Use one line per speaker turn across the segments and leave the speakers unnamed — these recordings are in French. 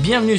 Bienvenue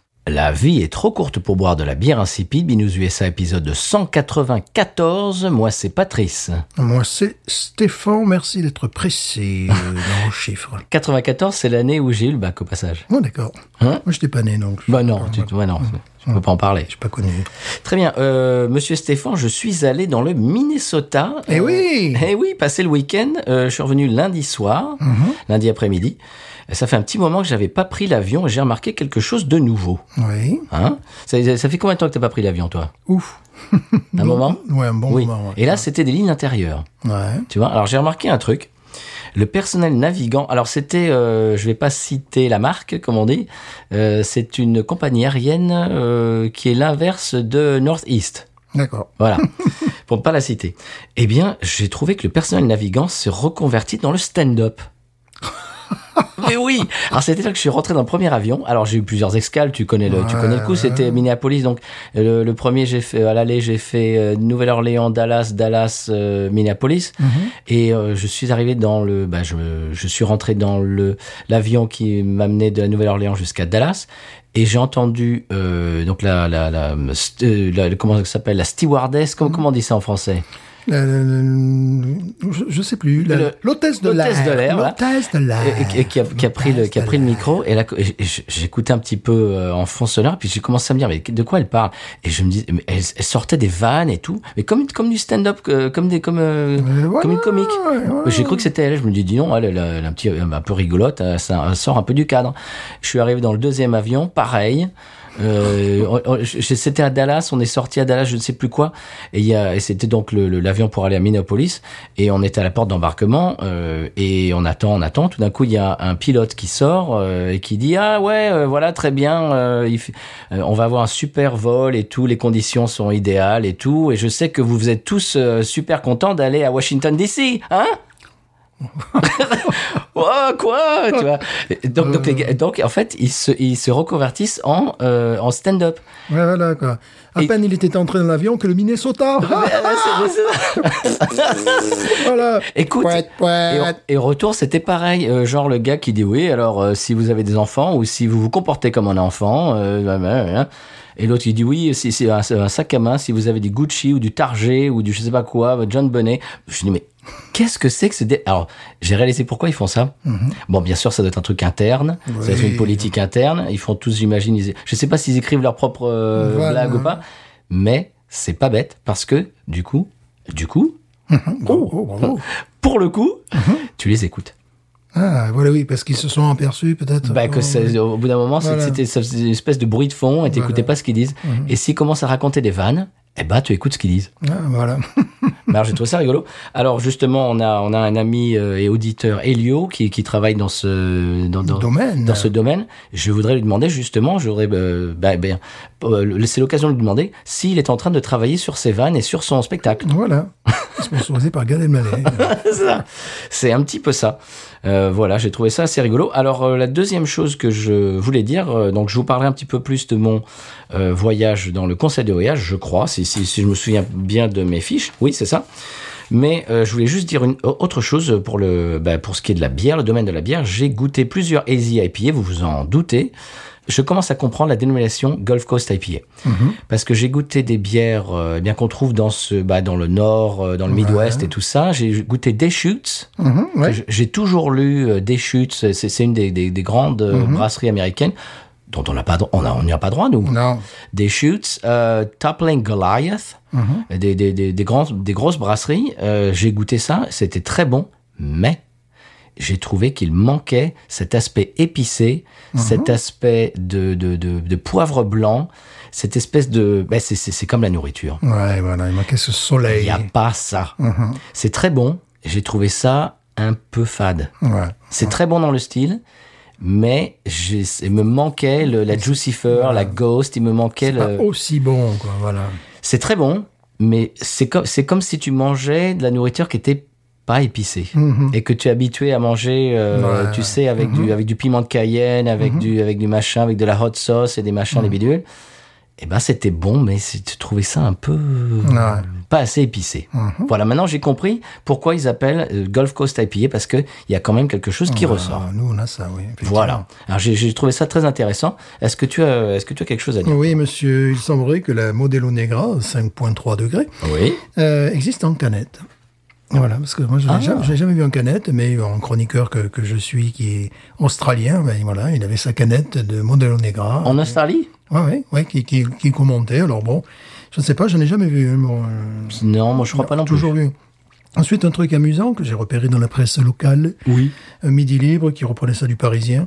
La vie est trop courte pour boire de la bière insipide. Binous USA épisode 194. Moi, c'est Patrice.
Moi, c'est Stéphane. Merci d'être précis euh, dans vos chiffres.
94, c'est l'année où j'ai eu le bac au passage.
Bon, d'accord.
Hein
Moi, je t'ai pas né, donc.
Bah non, tu, ouais, non, je peux pas en parler.
J'ai pas connu.
Très bien, Euh, Monsieur Stéphane, je suis allé dans le Minnesota.
Eh
Euh,
oui
Eh oui, passé le week-end, euh, je suis revenu lundi soir,
Mhm.
lundi après-midi. Ça fait un petit moment que j'avais pas pris l'avion et j'ai remarqué quelque chose de nouveau.
Oui.
Hein ça, ça fait combien de temps que t'as pas pris l'avion, toi
Ouf.
Un moment
Ouais, un bon
Oui.
moment. ouais.
Et là, c'était des lignes intérieures.
Ouais.
Tu vois Alors j'ai remarqué un truc. Le personnel navigant, alors c'était, euh, je vais pas citer la marque, comme on dit, euh, c'est une compagnie aérienne euh, qui est l'inverse de Northeast.
D'accord.
Voilà, pour ne pas la citer. Eh bien, j'ai trouvé que le personnel navigant s'est reconverti dans le stand-up. Mais oui Alors c'était là que je suis rentré dans le premier avion. Alors j'ai eu plusieurs escales, tu connais le, tu connais le coup,
Ouais.
c'était Minneapolis. Donc le, le premier, j'ai fait à l'aller, j'ai fait euh, Nouvelle-Orléans, Dallas, Dallas, euh, Minneapolis.
Mhm.
Et euh, je suis arrivé dans le, bah, je, je suis rentré dans le l'avion qui m'amenait de la Nouvelle-Orléans jusqu'à Dallas. Et j'ai entendu euh, donc la, la, la, st- euh, la- comment ça s'appelle la stewardess comment, comment on dit ça en français
La- la- la- je, je sais plus. la-
Le-
L'hôtesse de l'air.
l'hôtesse de l'air, voilà.
L'hôtesse de l'air.
Et- et qui, a, qui a pris le qui a pris le micro et, la- et j- j'écoutais un petit peu euh, en fond sonore puis j'ai commencé à me dire mais de quoi elle parle et je me dis mais elle, elle sortait des vannes et tout mais comme comme du stand-up euh, comme des comme euh,
Euh, voilà,
comme une comique
ouais,
J'ai cru que c'était elle. Je me dis, dis non, elle, elle, elle est un, petit, un peu rigolote, elle, ça elle sort un peu du cadre. Je suis arrivé dans le deuxième avion, pareil. Euh, on- on- je- c'était à Dallas, on est sorti à Dallas, je ne sais plus quoi, et, il y a- et c'était donc le- le- l'avion pour aller à Minneapolis, et on était à la porte d'embarquement, euh, et on attend, on attend. Tout d'un coup, il y a un pilote qui sort euh, et qui dit ah ouais, euh, voilà très bien, euh, il fait- euh, on va avoir un super vol et tout, les conditions sont idéales et tout, et je sais que vous êtes tous euh, super contents d'aller à Washington D.C. hein Ouah, quoi tu vois Et donc, donc, les gars- donc, en fait, ils se, ils se reconvertissent en, euh, en stand-up.
Ouais, voilà, quoi. À
Et-
peine il était entré dans l'avion que le Minnesota. voilà.
Écoute,
Pouet, pouet.
et, en- et au retour, c'était pareil. Euh, genre le gars qui dit oui, alors euh, si vous avez des enfants ou si vous vous comportez comme un enfant. euh, bah, bah, bah. et l'autre il dit oui, si c'est un, un sac à main, si vous avez du Gucci ou du Target ou du je sais pas quoi, John Bonnet. Je dis mais qu'est-ce que c'est que ce dé- Alors j'ai réalisé pourquoi ils font ça. Bon, bien sûr, ça doit être un truc interne. Ça doit être
Mhm. Oui.
une politique interne. Ils font tous, j'imagine, ils... je sais pas s'ils écrivent leur propre euh,
Voilà.
blague ou pas, mais c'est pas bête parce que du coup, du coup,
Bravo, Oh, bravo.
pour le coup,
Mhm.
tu les écoutes.
Ah, voilà, oui, parce qu'ils se sont aperçus, peut-être.
Bah, que
Oh,
c'est- au bout d'un moment, c'est-
Voilà. Mhm.
c'était ça faisait une espèce de bruit de fond et t'écoutais pas ce qu'ils disent. Et s'ils commencent à raconter des vannes, eh ben, tu écoutes ce qu'ils disent.
Ah, voilà.
Mais Alors, j'ai trouvé ça rigolo. Alors, justement, on a, on a un ami euh, et auditeur, Elio, qui, qui travaille dans ce, dans, dans-
Domaine.
dans ce domaine. Je voudrais lui demander, justement, j'aurais, euh, bah, ben, euh, c'est l'occasion de lui demander s'il est en train de travailler sur ses vannes et sur son spectacle.
Voilà. Sponsorisé par Gad Elmaleh.
C'est ça. C'est un petit peu ça. Euh, voilà, j'ai trouvé ça assez rigolo. Alors euh, la deuxième chose que je voulais dire, euh, donc je vous parlerai un petit peu plus de mon euh, voyage dans le conseil de voyage, je crois, si, si, si je me souviens bien de mes fiches. Oui, c'est ça. Mais euh, je voulais juste dire une autre chose pour le bah, pour ce qui est de la bière, le domaine de la bière. J'ai goûté plusieurs Easy IPA, vous vous en doutez. Je commence à comprendre la dénomination Gulf Coast IPA parce que j'ai goûté des bières euh, eh bien qu'on trouve dans ce bah, dans le nord, euh, dans le Midwest et tout ça. J'ai goûté des shoots.
Mhm, ouais.
J- J'ai toujours lu euh, des chutes. C'est c'est une des, des- des grandes euh, brasseries américaines dont on n'a pas dro- on a- on n'y a pas droit nous.
Non.
Des chutes, euh, Toppling Goliath,
Mhm.
des, des, des, des, grands- des grosses brasseries. euh, J'ai goûté ça, c'était très bon, mais j'ai trouvé qu'il manquait cet aspect épicé, cet aspect de, de, de, de poivre blanc, cette espèce de... ben, c'est- c'est c'est comme la nourriture.
Ouais, voilà, il manquait ce
Il
soleil.
n'y a pas ça.
Mhm,
C'est très bon, j'ai trouvé ça un peu fade.
ouais.
C'est très bon dans le style, mais j'ai- il me manquait le- la Jucifer, la Ghost, il me manquait
Pas
le...
aussi bon, quoi, voilà.
C'est très bon, mais c'est comme, c'est comme si tu mangeais de la nourriture qui était pas épicée.
Mhm.
Et que tu es habitué à manger, euh,
Ouais. Mhm.
tu sais, avec, du, avec du piment de Cayenne, avec, du, avec du machin, avec de la hot sauce et des machins,
Mhm.
des bidules. Eh ben, c'était bon, mais c'est- tu trouvais ça un peu
Ouais.
pas assez épicé.
Mhm.
Voilà, maintenant j'ai compris pourquoi ils appellent euh, Gulf Coast IPA parce que il y a quand même quelque chose qui
Ah,
ressort.
Nous, on a ça, oui. effectivement.
Voilà. Alors j'ai- j'ai trouvé ça très intéressant. Est-ce que tu as, est-ce que tu as quelque chose à dire
Oui, monsieur, il semblerait que la Modelo Negra, 5.3 degrés,
Oui.
euh, existe en canette. Voilà, parce que moi, je l'ai
Ah.
jamais, je l'ai jamais vu en canette, mais un chroniqueur que, que je suis, qui est australien, ben, voilà, il avait sa canette de Modelo Negra.
En Australie
Ouais, ouais, ouais, qui, qui, qui commentait. Alors bon, je ne sais pas, je n'ai jamais vu. hein, bon, euh,
Non, moi je crois pas non plus.
toujours vu. Ensuite, un truc amusant que j'ai repéré dans la presse locale,
Oui.
un Midi Libre qui reprenait ça du Parisien.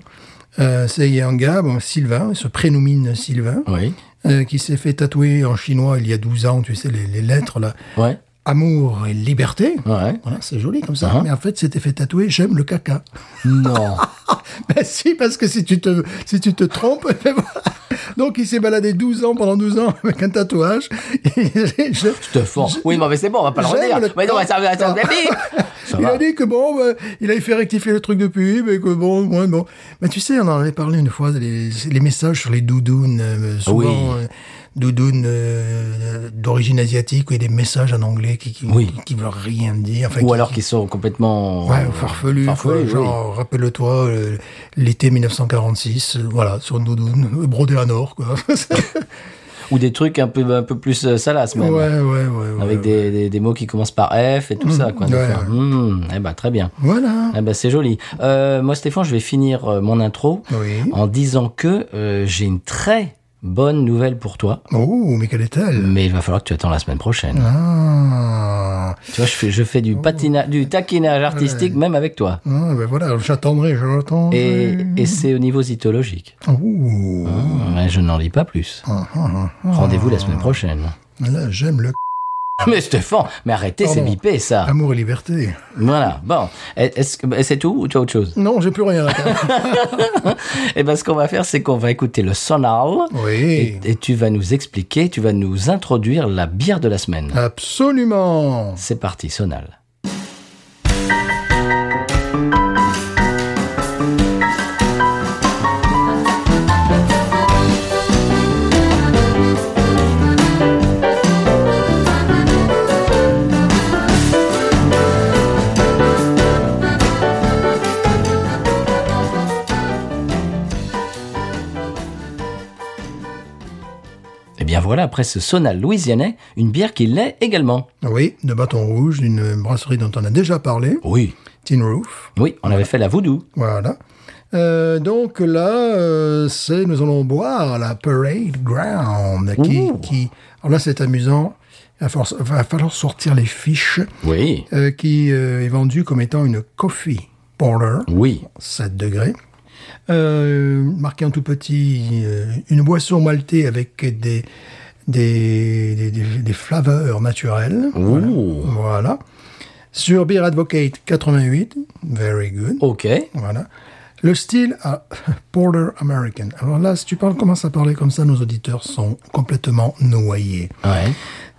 Euh, c'est il y a un gars, bon, Sylvain, il se prénomine Sylvain,
Oui.
euh, qui s'est fait tatouer en chinois il y a 12 ans, tu sais, les, les lettres là,
Ouais.
amour et liberté.
Ouais.
Voilà, c'est joli comme ça.
Mmh. Ah.
Mais en fait, c'était fait tatouer j'aime le caca.
Non.
Ben si, parce que si tu te, si tu te trompes, ben voilà. Donc il s'est baladé 12 ans, pendant 12 ans, avec un tatouage. Et je-
Je te fonds. Oui, mais c'est bon, on va pas le
j'aime
redire.
le
Mais non,
temps.
ça va, ça va, ça
il
va.
a dit que bon, ben, il avait fait rectifier le truc depuis, mais que bon, ouais, bon. Mais tu sais, on en avait parlé une fois, les, les messages sur les doudounes, euh, souvent
Oui.
euh, doudounes euh, d'origine asiatique, et des messages en anglais qui qui,
Oui.
qui veulent rien dire. Enfin,
Ou
qui-
alors
qui-
qu'ils sont complètement
Ouais, farfelu,
farfelus,
quoi,
oui.
genre, rappelle-toi, euh, l'été 1946, euh, voilà, sur une doudoune, euh, brodée à nord, quoi.
ou des trucs un peu un peu plus euh, salaces
ouais,
même.
ouais, ouais, ouais. Mm.
Avec des, des, des mots qui commencent par F et tout ça, quoi. des
ouais,
fois.
ouais.
Mmh, eh ben, très bien.
Voilà.
Ah bah, c'est joli. Euh, moi, Stéphane, je vais finir euh, mon intro
Oui.
en disant que euh, j'ai une très bonne nouvelle pour toi,
Oh, mais quelle est-elle
mais il va falloir que tu attends la semaine prochaine.
Ah,
Tu vois, je fais, je fais du, patina, du taquinage artistique même avec toi.
ah, ben voilà, j'attendrai, je l'attendrai.
Et, et c'est au niveau zytologique.
Ouh.
Ouais, Oh. je n'en dis pas plus.
Ah, ah, ah.
Rendez-vous la semaine prochaine.
Là, j'aime le c-
Mais Stéphane, mais arrêtez, c'est
Pardon.
bipé ça.
amour et liberté.
Voilà. Bon, est-ce que bah, c'est tout ou tu as autre chose
Non, j'ai plus rien à dire.
Eh ben, ce qu'on va faire, c'est qu'on va écouter le sonal. Et,
Oui,
et tu vas nous expliquer, tu vas nous introduire la bière de la semaine.
absolument.
C'est parti, Sonal. Eh bien voilà, après ce Sonal louisianais, une bière qui l'est également.
Oui, de Bâton Rouge, d'une brasserie dont on a déjà parlé,
Oui.
Tin Roof.
Oui, on avait fait la voodoo.
Voilà. Euh, donc là, euh, c'est nous allons boire la Parade Ground. Qui,
Ouh.
qui, alors là, c'est amusant. Il va falloir- va falloir sortir les fiches.
Oui.
euh, qui euh, est vendue comme étant une coffee porter,
Oui.
7 degrés. Euh, marqué en tout petit, euh, une boisson maltée avec des, des, des, des- des flaveurs naturelles.
Ouh.
Voilà. Sur Beer Advocate 88, very good.
Ok.
Voilà. Le style à Porter American. Alors là, si tu parles, commences à parler comme ça, nos auditeurs sont complètement noyés.
Ouais.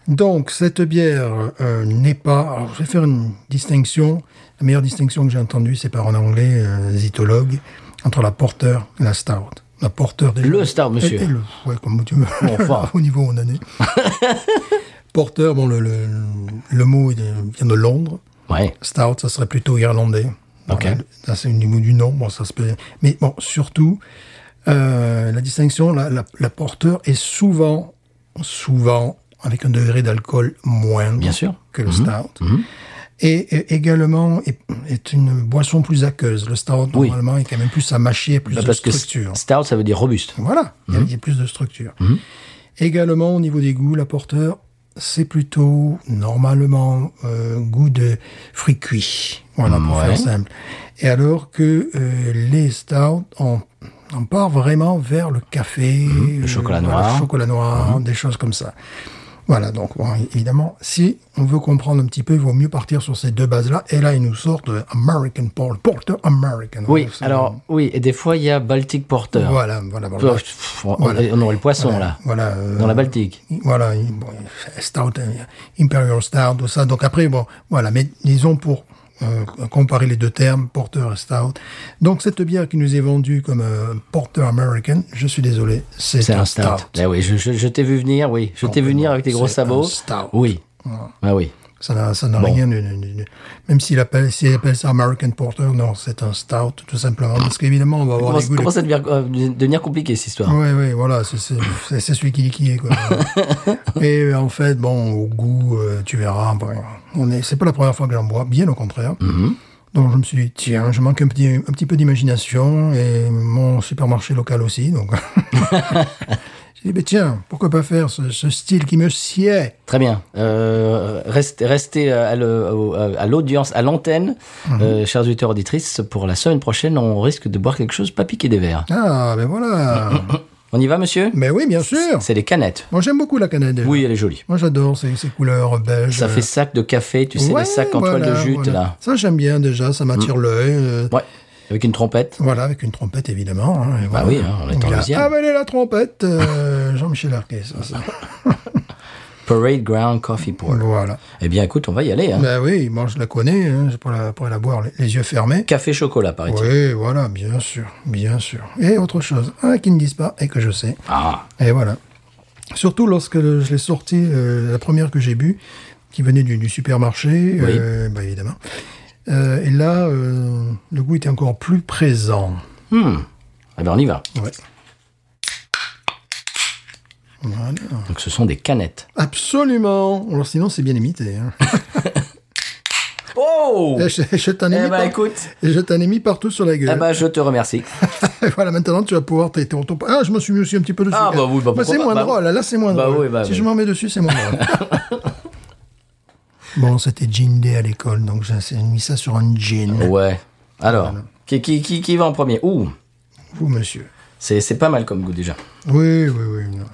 Donc, cette bière euh, n'est pas. Alors, je vais faire une distinction. La meilleure distinction que j'ai entendue, c'est par un anglais, euh, zytologue, entre la porter et la stout. La porter déjà.
Le stout, monsieur.
Et- et le- ouais, comme tu veux.
Bon, enfin.
Au niveau où on en est. porter, bon, le, le, le mot il vient de Londres.
Ouais.
Stout, ça serait plutôt irlandais.
Ok.
Voilà. Ça, c'est au niveau du nom. Bon, ça se peut. Mais bon, surtout, euh, la distinction, la, la, la porteur est souvent, souvent, avec un degré d'alcool moindre
Bien sûr. Mhm.
que le stout. Et, et également, est, est une boisson plus aqueuse. Le stout,
Oui.
normalement, est quand même plus à mâcher, plus
Bah,
de
parce que
structure.
stout, ça veut dire robuste.
Voilà, il
Mmh.
y a- il y, a plus de structure. Également, au niveau des goûts, la porteur, c'est plutôt normalement euh, goût de fruits cuits. Voilà, pour
Ouais.
faire simple. Et alors que euh, les stouts, on, on part vraiment vers le café,
Mmh. le
euh,
chocolat
voilà,
noir. Mmh.
chocolat noir, des choses comme ça. Voilà, donc bon, évidemment, si on veut comprendre un petit peu, il vaut mieux partir sur ces deux bases-là. Et là, ils nous sortent euh, American Porter, Porter American.
Oui,
Voilà, c'est-
alors, oui, et des fois, il y a Baltic Porter.
Voilà, voilà.
Pff,
voilà.
pff, on,
Voilà.
on aurait le poisson,
Voilà,
là,
Voilà. euh,
dans la Baltique.
Voilà, il- bon, Stout, euh, Imperial Stout, tout ça. Donc après, bon, voilà. Mais disons pour euh, comparer les deux termes, Porter et Stout. Donc cette bière qui nous est vendue comme euh, Porter American, je suis désolé, c'est
C'est
un,
un stout.
stout.
Ah oui, je, je- je t'ai vu venir, oui. Je t'ai vu venir avec tes gros
C'est un
sabots.
stout.
Oui. Ah oui.
Ça n'a, ça n'a
Bon.
rien de, de- de- de- Même s'il appelle, s'il appelle ça American Porter, non, c'est un stout, tout simplement. Parce qu'évidemment, on va avoir
Comment,
des goûts de-
comment ça devient, euh, devenir compliqué, cette histoire
Oui, oui, voilà, c'est- c'est c'est- c'est celui qui liquide, quoi. Et euh, en fait, bon, au goût, euh, tu verras, bon, on est, c'est pas la première fois que j'en bois, bien au contraire.
Mm-hmm.
Donc je me suis dit, tiens, je manque un petit, un petit peu d'imagination, et mon supermarché local aussi, donc... J'ai dit, mais tiens, pourquoi pas faire ce, ce style qui me sied
Très bien. Euh, restez, restez euh, à le- au- à l'audience, à l'antenne,
Mhm.
euh, chers auditeurs auditrices. Pour la semaine prochaine, on risque de boire quelque chose, pas piquer des verres.
Ah, ben voilà
On y va, monsieur
Mais oui, bien sûr
C'est des canettes.
Moi, j'aime beaucoup la canette, déjà.
Oui, elle est jolie.
Moi, j'adore ces, ces couleurs beige.
Ça fait sac de café, tu sais,
Ouais,
les sacs en
voilà,
toile de jute,
voilà.
là. Mm.
Ça, j'aime bien, déjà, ça m'attire l'œil. euh,
Ouais, avec une trompette.
Voilà, avec une trompette évidemment. hein, et voilà.
oui, hein, on est en
Donc, là,
Louisiane. Ah,
Ah, ben elle est la trompette, euh, Jean-Michel Arquet, ça, ça.
Parade Ground Coffee Pour.
Voilà.
Eh bien, écoute, on va y aller. hein.
Ben oui, moi je la connais, hein, je pourrais la, pourrais la boire les, les yeux fermés.
Café chocolat, paraît-il.
Oui, voilà, bien sûr, bien sûr. Et autre chose, hein, qu'ils ne disent pas et que je sais.
Ah,
Et voilà. Surtout lorsque le- je l'ai sorti, euh, la première que j'ai bu, qui venait du, du supermarché,
Oui.
euh, bah, évidemment. Euh, et là, euh, le goût était encore plus présent.
hmm. Eh bien, on y va.
Ouais. Voilà.
Donc, ce sont des canettes.
Absolument. Alors sinon, c'est bien imité. Hein.
Oh
je je t'en
Eh
ai, mis
ben,
par-
écoute.
je t'en ai mis partout sur la gueule.
Eh ben, je te remercie.
voilà, maintenant tu vas pouvoir t'étendre ton... Ah, je me suis mis aussi un petit peu dessus.
Ah, bah oui, bah, pourquoi
c'est
pas,
moins
bah
drôle. Là, c'est moins
Bah
drôle.
oui, bah
si
oui.
je m'en mets dessus, c'est moins drôle. bon, c'était Jean Day à l'école, donc j'ai j'ai mis ça sur un jean.
Ouais. Alors, qui, qui, qui, qui va en premier Ouh,
Vous, monsieur.
c'est c'est pas mal comme goût déjà.
Oui, oui, oui. non.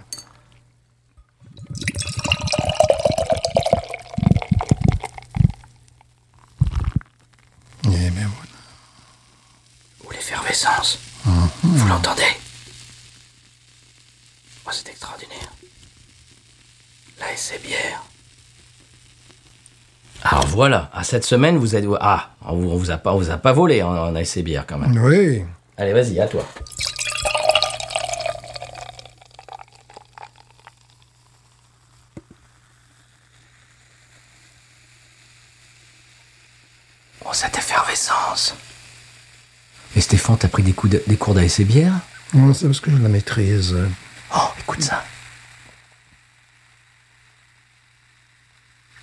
Eh ben voilà.
Ou l'effervescence. Vous l'entendez Oh, c'est extraordinaire. Là, et c'est bière. Alors voilà, à cette semaine, vous êtes. Ah, on vous, on vous a pas, on vous a pas volé en, en ASC bière quand même.
Oui.
Allez, vas-y, à toi. Oh, cette effervescence Mais Stéphane, t'as pris des, coups de- des cours d'ASC bière
Non, c'est parce que je la maîtrise.
Oh, écoute ça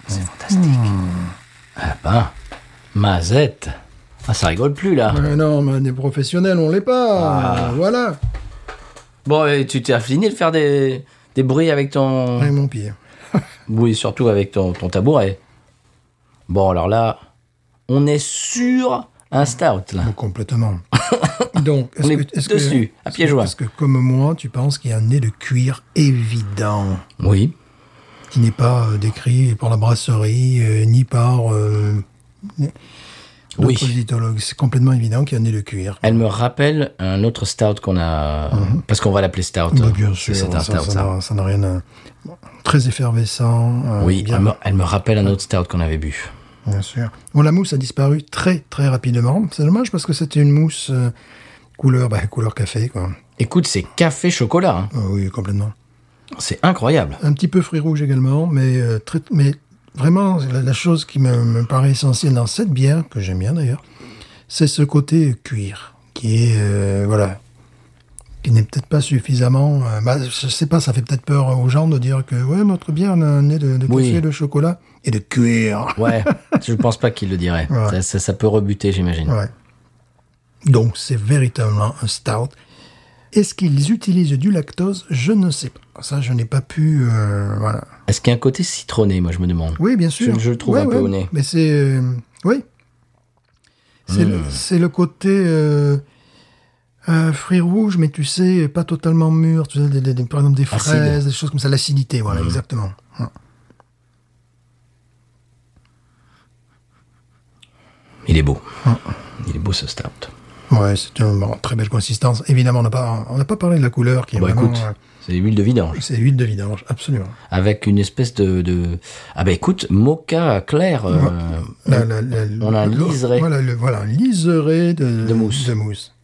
C'est fantastique. Ah Hmm. ben, Mazette Ah, ça rigole plus, là
Mais non, mais des professionnels, on l'est
Ah.
pas. Voilà.
Bon, et tu t'es affiné de faire des, des bruits avec ton...
Et mon pied.
Oui, surtout avec ton, ton tabouret. Bon, alors là, on est sur un stout, là.
Oh, Complètement. Donc,
On est dessus, à pieds joints.
Parce que, comme moi, tu penses qu'il y a un nez de cuir évident,
Oui.
qui n'est pas euh, décrit par la brasserie, euh, ni par euh, d'autres
Oui.
vitologues. C'est complètement évident qu'il y a un nez de cuir.
Elle me rappelle un autre stout qu'on a... Parce qu'on va l'appeler stout.
Mhm. Bah, bien
C'est-
sûr,
C'est un
ça- ça
stout, ça.
n'a- ça n'a rien à... Très effervescent. euh,
Oui,
bien,
elle me, elle me rappelle un autre stout qu'on avait bu.
Bien sûr. Bon, la mousse a disparu très, très rapidement. C'est dommage parce que c'était une mousse euh, couleur, bah, couleur café, quoi.
Écoute, c'est café chocolat. hein.
Ah oui, complètement.
C'est incroyable.
Un petit peu fruits rouges également, mais, euh, très, mais vraiment, la, la chose qui me, me paraît essentielle dans cette bière, que j'aime bien d'ailleurs, c'est ce côté cuir, qui est, euh, voilà, qui n'est peut-être pas suffisamment... euh, bah, je sais pas, ça fait peut-être peur aux gens de dire que, ouais, notre bière elle a un nez de, de café,
Oui.
de chocolat et de cuir.
Ouais, je pense pas qu'il le dirait.
Ouais.
Ça, ça- ça peut rebuter, j'imagine.
Ouais. Donc, c'est véritablement un stout. Est-ce qu'ils utilisent du lactose Je ne sais pas. Ça, je n'ai pas pu... euh, voilà.
Est-ce qu'il y a un côté citronné, moi, je me demande
Oui, bien sûr.
Je- je le trouve
Ouais,
un peu
ouais.
au nez.
Mais c'est.
Hmm.
euh, oui. C'est le- c'est le, côté. euh, Euh, fruits rouges, mais tu sais, pas totalement mûrs. Tu sais, des- des- des- par exemple des
Acide.
fraises, des choses comme ça, l'acidité, voilà,
Mhm.
exactement. Ouais.
Il est beau. Il est beau ce stout.
Ouais, c'est une bon, très belle consistance. Évidemment, on n'a pas, on n'a pas parlé de la couleur qui est
Bah
vraiment,
écoute,
euh,
c'est l'huile de vidange.
c'est huile de vidange, absolument.
Avec une espèce de, de... Ah bah écoute, mocha clair. euh,
La- la- la-
On a un
l'eau-
liseré.
Voilà, le, voilà, un liseré de,
De mousse.
de mousse.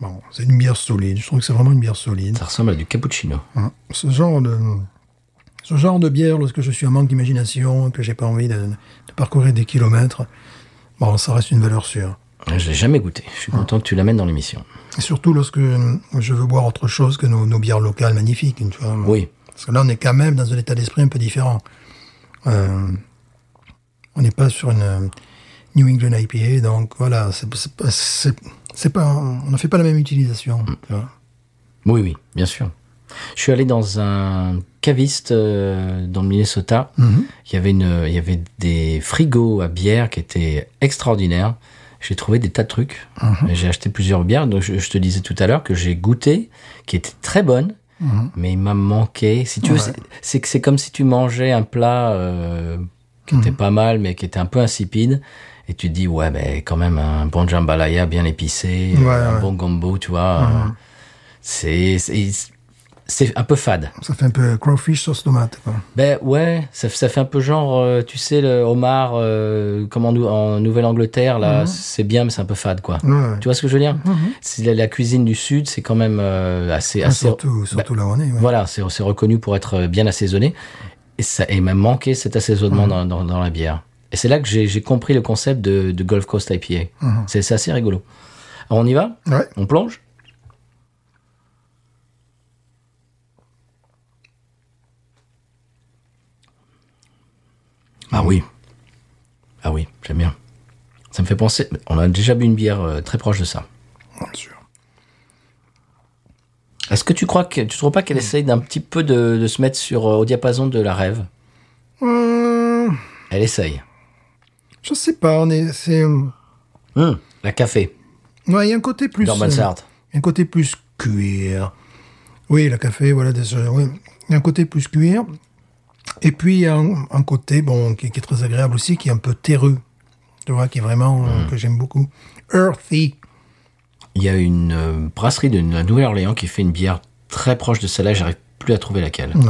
Bon, c'est une bière solide. Je trouve que c'est vraiment une bière solide.
Ça ressemble à du cappuccino.
Hein. Ce genre de, ce genre de bière, lorsque je suis en manque d'imagination, que j'ai pas envie de, de parcourir des kilomètres, bon, ça reste une valeur sûre.
Ah, Je l'ai jamais goûté. Je suis content que tu l'amènes dans l'émission.
Et surtout lorsque euh, je veux boire autre chose que nos, nos bières locales magnifiques, tu vois.
Oui.
Parce que là, on est quand même dans un état d'esprit un peu différent. Euh, on n'est pas sur une euh, New England IPA, donc voilà, c'est c'est pas, c'est- c'est pas, on ne fait pas la même utilisation. tu vois.
Oui, oui, bien sûr. Je suis allé dans un caviste euh, dans le Minnesota.
Mhm.
Il y avait une, euh, il y avait des frigos à bière qui étaient extraordinaires. J'ai trouvé des tas de trucs.
Mhm.
Et J'ai acheté plusieurs bières. Donc je, je te disais tout à l'heure que j'ai goûté, qui étaient très bonnes,
Mhm.
mais il m'a manqué. Si tu veux,
Ouais.
c'est- c'est que c'est comme si tu mangeais un plat euh,
Mhm.
qui était pas mal, mais qui était un peu insipide. Et tu te dis, ouais, mais quand même, un bon jambalaya bien épicé, un
Ouais, ouais. Mhm.
bon gombo, tu vois. euh, c'est- c'est- C'est un peu fade.
Ça fait un peu crawfish sauce tomate. quoi.
Ben ouais, ça, ça fait un peu genre, euh, tu sais, le homard, euh, comme en, Nou- en Nouvelle-Angleterre, là, c'est bien, mais c'est un peu fade, quoi.
Mhm. Ouais, ouais.
Tu vois ce que je veux dire C'est la, la cuisine du Sud, c'est quand même euh, assez...
Ah,
assez
surtout surtout là où on est. ouais.
Voilà, c'est c'est reconnu pour être euh, bien assaisonné. Et ça et m'a manqué cet
Mhm.
assaisonnement dans, dans- dans la bière. Et c'est là que j'ai j'ai compris le concept de, de Gulf Coast IPA.
Mhm.
C'est c'est assez rigolo. Alors on y va
Ouais.
On plonge Ah oui. Ah oui, j'aime bien. Ça me fait penser. On a déjà bu une bière euh, très proche de ça.
Bien sûr.
Est-ce que tu crois que tu trouves pas qu'elle essaye d'un petit peu de, de se mettre sur euh, au diapason de la rêve
Hum,
Elle essaye.
je sais pas, on est, c'est, euh,
Hum, La café.
ouais, il y a un côté plus,
Norman
euh,
Sartre.
un côté plus cuir. Oui, le café, voilà, des, euh, oui. Il y a un côté plus cuir. Et puis, il y a un, un côté, bon, qui, qui est très agréable aussi, qui est un peu terreux. Tu vois, qui est vraiment,
Mm.
euh, que j'aime beaucoup. Earthy.
Il y a une euh, brasserie de la Nouvelle-Orléans qui fait une bière très proche de celle-là. J'arrive plus à trouver laquelle.
Ouais.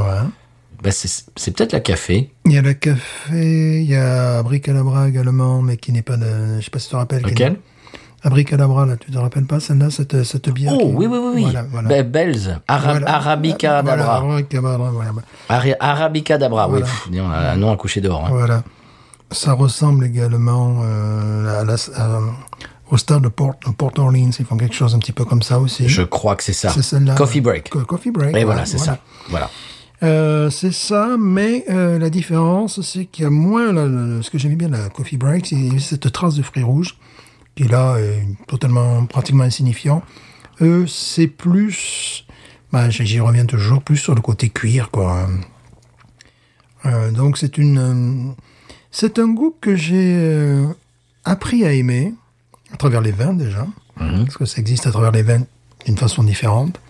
Bah, c'est c'est peut-être la café.
Il y a le café, il y a Abricadabra également, mais qui n'est pas de, je sais pas si tu te rappelles. qui
Laquelle
n'est- Abricadabra, là, tu te rappelles pas, celle-là, cette, cette bière.
Oh
qui-
oui, oui, oui. oui.
Voilà, voilà.
Be- Bells. Ara-
Voilà.
Arabica
Voilà,
d'Abra.
Abracadabra, voilà.
Ari- Arabica d'Abra.
Voilà.
Oui, pff, dis, on a un nom à coucher dehors. hein.
Ah, Voilà. Ça ressemble également euh, à la- à- au stade de Port, de Port Orleans. Ils font quelque chose un petit peu comme ça aussi.
Je crois que c'est ça.
C'est celle-là.
Coffee Break.
Co- coffee break.
Et voilà, c'est ça. Voilà.
ça. Euh, c'est ça, mais euh, la différence, c'est qu'il y a moins. la- la- ce que j'aimais bien, la coffee break, c'est cette trace de fruits rouges, qui là est totalement, pratiquement insignifiant. Eux, c'est plus. bah, j'y j'y reviens toujours plus sur le côté cuir, quoi. Euh, donc c'est une, euh, c'est un goût que j'ai euh, appris à aimer à travers les vins déjà, parce que ça existe à travers les vins d'une façon différente.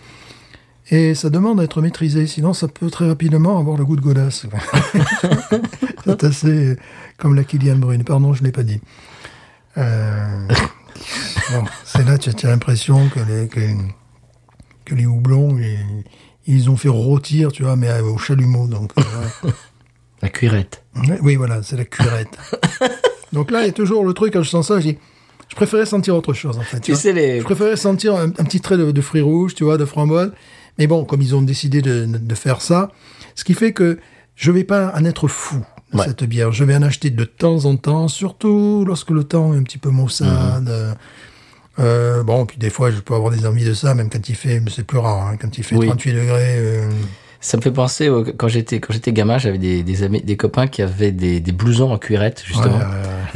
Et ça demande à être maîtrisé, sinon ça peut très rapidement avoir le goût de godasse. c'est assez euh, comme la Kylian Brune. Pardon, je l'ai pas dit. Euh, bon, c'est là tu tu as l'impression que les, que, que les houblons, ils, ils ont fait rôtir, tu vois, mais euh, au chalumeau. Donc, euh, ouais.
La cuirette.
Ouais, Oui, voilà, c'est la curette. Donc là, il y a toujours le truc, quand je sens ça, je dis, je préférais sentir autre chose, en fait.
Tu
vois.
sais, les-
Je préférais sentir un, un petit trait de, de fruits rouges, tu vois, de framboise. Mais bon, comme ils ont décidé de, de faire ça, ce qui fait que je vais pas en être fou de
Ouais.
cette bière. Je vais en acheter de temps en temps, surtout lorsque le temps est un petit peu maussade.
Mhm.
Euh, bon, puis des fois, je peux avoir des envies de ça, même quand il fait, mais c'est plus rare, hein, quand il fait
Oui.
38 degrés. euh,
Ça me fait penser, au- quand j'étais quand j'étais gamin, j'avais des, des, amis- des copains qui avaient des, des blousons en cuirette, justement.
ouais,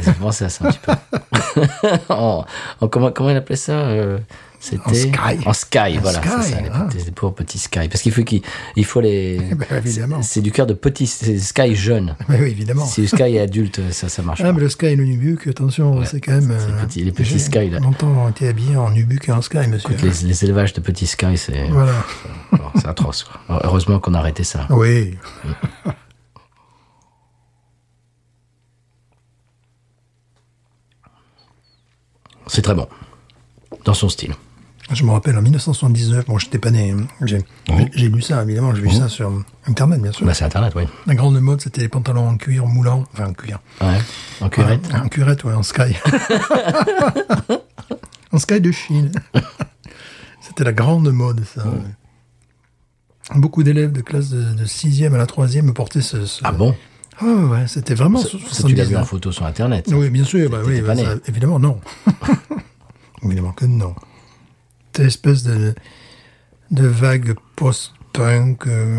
Oh,
ouais, ouais.
Et ça me fait penser à ça un petit peu. en, en- comment, comment il appelait ça euh, C'était
En Sky.
En Sky,
En
voilà. c'est
Sky,
ça, les,
ah.
petits- les pauvres petits Sky. Parce qu'il faut qu'il il faut les.
ben, évidemment.
C'est c'est du cœur de petits c'est Sky jeunes.
Oui, oui, évidemment.
Si le Sky est adulte, ça, ça marche
Ah,
pas.
mais le Sky et le Nubuk, attention, c'est quand même.
c'est
euh,
petit- les petits
j'ai
Sky, là.
longtemps été habillé en Nubuk et en Sky, monsieur.
Les, les élevages de petits Sky, c'est
Voilà.
bon, c'est atroce. quoi. Heureusement qu'on a arrêté ça.
Oui.
C'est très bon. Dans son style.
Je me rappelle en 1979, bon, j'étais pas né, hein, j'ai j'ai lu ça, évidemment, j'ai vu ça sur Internet, bien sûr.
Bah, c'est Internet, oui.
La grande mode, c'était les pantalons en cuir moulant, enfin en cuir. Ah,
Ouais. En cuirette.
En curette, ouais, en sky. en sky de Chine. C'était la grande mode, ça. Beaucoup d'élèves de classe de, de 6e à la 3e portaient ce. ce-
Ah bon
Ah ouais, ouais, c'était vraiment.
Ça, ça, Tu l'as vu en
79.
photo sur Internet.
Oui, bien sûr, bah oui,
t'étais
bah,
pas
ça-
né.
évidemment, non. évidemment que non. Cette espèce de, de vague post-punk. euh,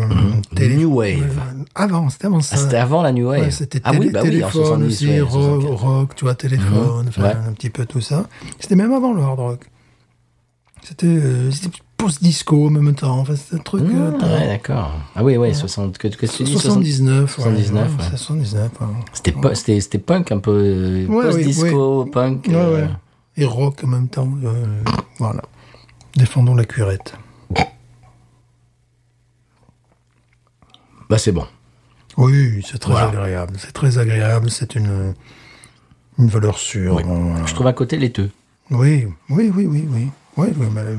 télé-
Mmh. New Wave.
Euh, Avant, c'était avant ça.
Ah, c'était avant la New Wave.
Ouais, c'était
ah
télé-
oui, bah oui, en
téléphone
70,
aussi,
ouais,
ro-
64.
rock, tu vois, téléphone, enfin,
ouais.
un petit peu tout ça. C'était même avant le hard rock. C'était euh, c'était post-disco en même temps, enfin, c'était un truc... euh,
Ah, ouais, d'accord. Ah oui, oui, 60. Que, que tu dis 70.
79, euh, ouais,
79,
ouais,
ouais.
79, ouais.
C'était pu- c'était- c'était punk un peu. euh,
Ouais,
Post-disco, punk.
Ouais,
euh,
ouais. Et rock en même temps. euh, voilà. Défendons la curette.
Bah, c'est bon.
Oui, c'est très
Voilà.
agréable. C'est très agréable. C'est une, une valeur sûre.
Oui.
Voilà.
Je trouve un côté laiteux.
Oui, oui, oui, oui, oui. Oui, oui, mais-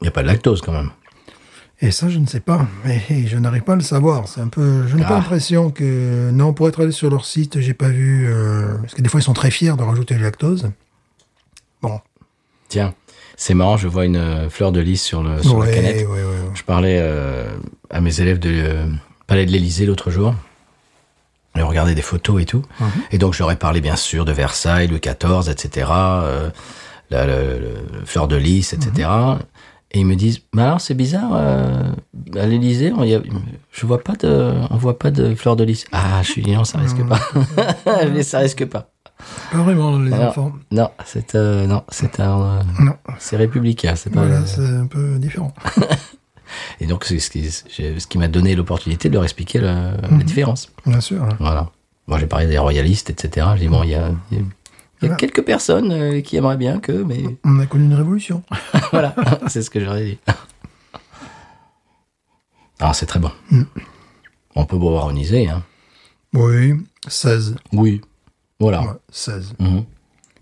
Il n'y a pas de lactose quand même.
Et ça, je ne sais pas. Mais je n'arrive pas à le savoir. C'est un peu. Je n'ai pas
Ah.
l'impression que. Non, pour être allé sur leur site, j'ai pas vu. euh, Parce que des fois, ils sont très fiers de rajouter le lactose. Bon.
Tiens, c'est marrant, je vois une euh, fleur de lys sur, le, sur
ouais,
la canette.
ouais, ouais, ouais.
Je parlais euh, à mes élèves de euh, Palais de l'Élysée l'autre jour. Ils regardaient des photos et tout.
Mhm.
Et donc, je leur ai parlé, bien sûr, de Versailles, Louis XIV, etc. euh, la, la- la- la fleur de lys, etc.
Mhm.
Et ils me disent, mais alors, c'est bizarre, euh, à l'Élysée, on y a- je vois pas de, on voit pas de fleur de lys. Ah, je suis dit, non, ça risque
Mhm.
pas. Je dis, ça risque pas.
Pas vraiment, les
Alors,
enfants.
Non, c'est, euh, non, c'est un, euh,
Non.
c'est républicain, c'est pas. euh,
Voilà, c'est un peu différent.
Et donc, c'est ce qui, j'ai- ce qui m'a donné l'opportunité de leur expliquer le-
Mhm.
la différence.
Bien sûr.
Voilà. Moi, j'ai parlé des royalistes, etc. J'ai dit, bon, il y a, il y a- il y a
Voilà.
quelques personnes euh, qui aimeraient bien que, mais
On a connu une révolution.
voilà, c'est ce que j'aurais dit. Ah, c'est très bon.
Mm.
On peut boironiser, hein.
Oui, 16.
Oui. Voilà.
Ouais, 16.
Mhm.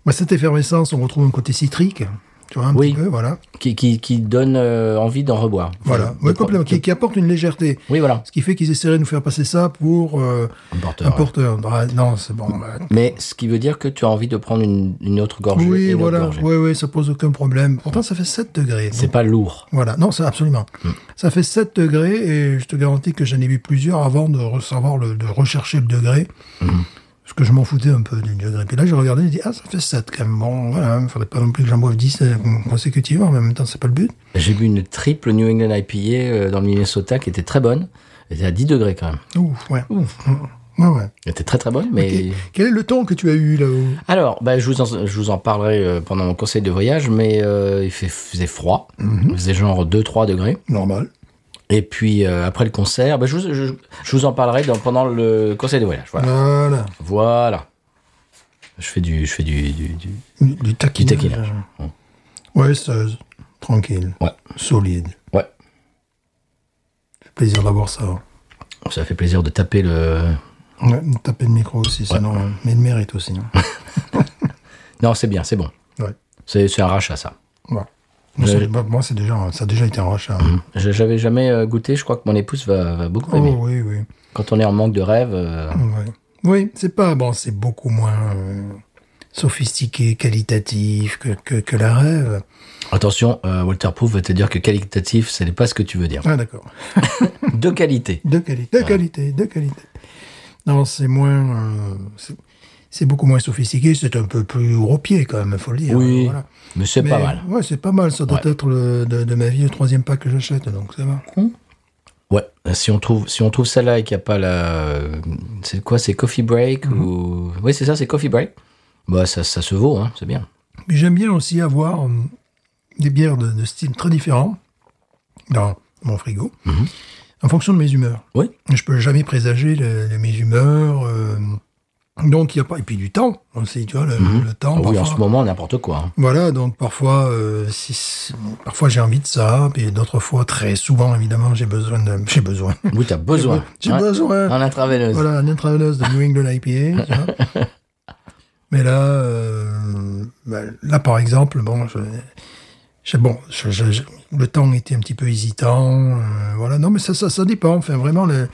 Bah, cette effervescence, on retrouve un côté citrique. Tu vois, un
Oui.
petit peu, voilà.
Qui, qui, qui donne euh, envie d'en reboire.
Voilà.
De-
Ouais,
de-
complètement, qui, qui apporte une légèreté.
Oui, voilà.
Ce qui fait qu'ils essaieraient de nous faire passer ça pour euh,
Un porteur,
un
ouais.
porteur. Ah, non, c'est bon. bah,
Mais ce qui veut dire que tu as envie de prendre une, une autre gorgée. et
oui,
une autre
voilà.
gorgée.
Oui, oui, ça pose aucun problème. Pourtant, ça fait 7 degrés.
C'est
Donc,
pas lourd.
Voilà. Non, ça, absolument. Ça fait 7 degrés et je te garantis que j'en ai vu plusieurs avant de recevoir le, de rechercher le degré. Parce que je m'en foutais un peu du degré. Puis là, j'ai regardé et j'ai dit, ah, ça fait 7 quand même. Bon, voilà, il faudrait pas non plus que j'en boive 10 euh, consécutivement, mais en même temps, c'est pas le but.
J'ai bu une triple New England IPA euh, dans le Minnesota qui était très bonne. Elle était à 10 degrés quand même.
Ouf, ouais. Ouais, ouais.
Elle était très très bonne, mais...
Ok. Quel est le temps que tu as eu là-haut
Alors, bah, je, vous en, je vous en parlerai euh, pendant mon conseil de voyage, mais euh, il fait- faisait froid.
Mhm.
Il faisait genre 2-3 degrés.
Normal.
Et puis, euh, après le concert, bah, je, vous, je- je vous en parlerai dans- pendant le conseil de voyage. Voilà.
Voilà.
Voilà. Je fais du... Je fais du, du- du-
Du, du taquinage.
Du taquinage.
Ouais, 16. Tranquille.
Ouais.
Solide.
Ouais.
Plaisir d'avoir ça.
Ça fait plaisir de taper le...
Ouais, taper le micro aussi, sinon. euh, Mais le mérite aussi. hein.
Non, c'est bien, c'est bon.
ouais.
C'est c'est un rachat, ça.
Ouais. Moi, c'est- bah, moi, c'est déjà, ça a déjà été un rachat.
Je- J'avais jamais euh, goûté. Je crois que mon épouse va, va beaucoup
Oh,
aimer.
oui, oui.
Quand on est en manque de rêve... euh,
Ouais. Oui, c'est pas. Bon, c'est beaucoup moins euh, sophistiqué, qualitatif que, que, que la rêve.
Attention, euh, Walter Proof va te dire que qualitatif, ce n'est pas ce que tu veux dire.
Ah, d'accord.
De qualité.
De qualité, de qualité, de qualité. Non, c'est moins. euh, c'est- c'est beaucoup moins sophistiqué, c'est un peu plus pied quand même, il faut le dire.
Oui,
Voilà.
mais c'est
Mais,
pas mal.
Ouais, c'est pas mal. Ça doit
Ouais.
être le- de, de ma vie le troisième pack que j'achète, donc ça va.
Ouais, si on trouve, si on trouve
Mhm.
celle-là et qu'il n'y a pas la... C'est quoi, c'est Coffee Break ou... Oui, c'est ça, c'est Coffee Break. Bah, ça, ça se vaut, hein, c'est bien.
Mais j'aime bien aussi avoir hum, des bières de, de styles très différents dans mon frigo, en fonction de mes humeurs.
Mhm. Oui.
Je peux jamais présager le- le- mes humeurs. euh, donc, il y a pas. Et puis du temps aussi, tu vois, le, le temps.
Ah oui, en
parfois.
ce moment, n'importe quoi. hein.
Voilà, donc parfois, euh, si- si- parfois j'ai envie de ça, puis d'autres fois, très souvent, évidemment, j'ai besoin de. J'ai besoin.
Oui, t'as besoin.
J'ai
Hein,
besoin.
Un intraveineuse.
Voilà, un intraveineuse de New England IPA. tu vois. Mais là, euh, bah, là par exemple, bon, je, je- bon je- je- je- le temps était un petit peu hésitant. euh, voilà, non, mais ça, ça, ça dépend. Enfin, vraiment, le-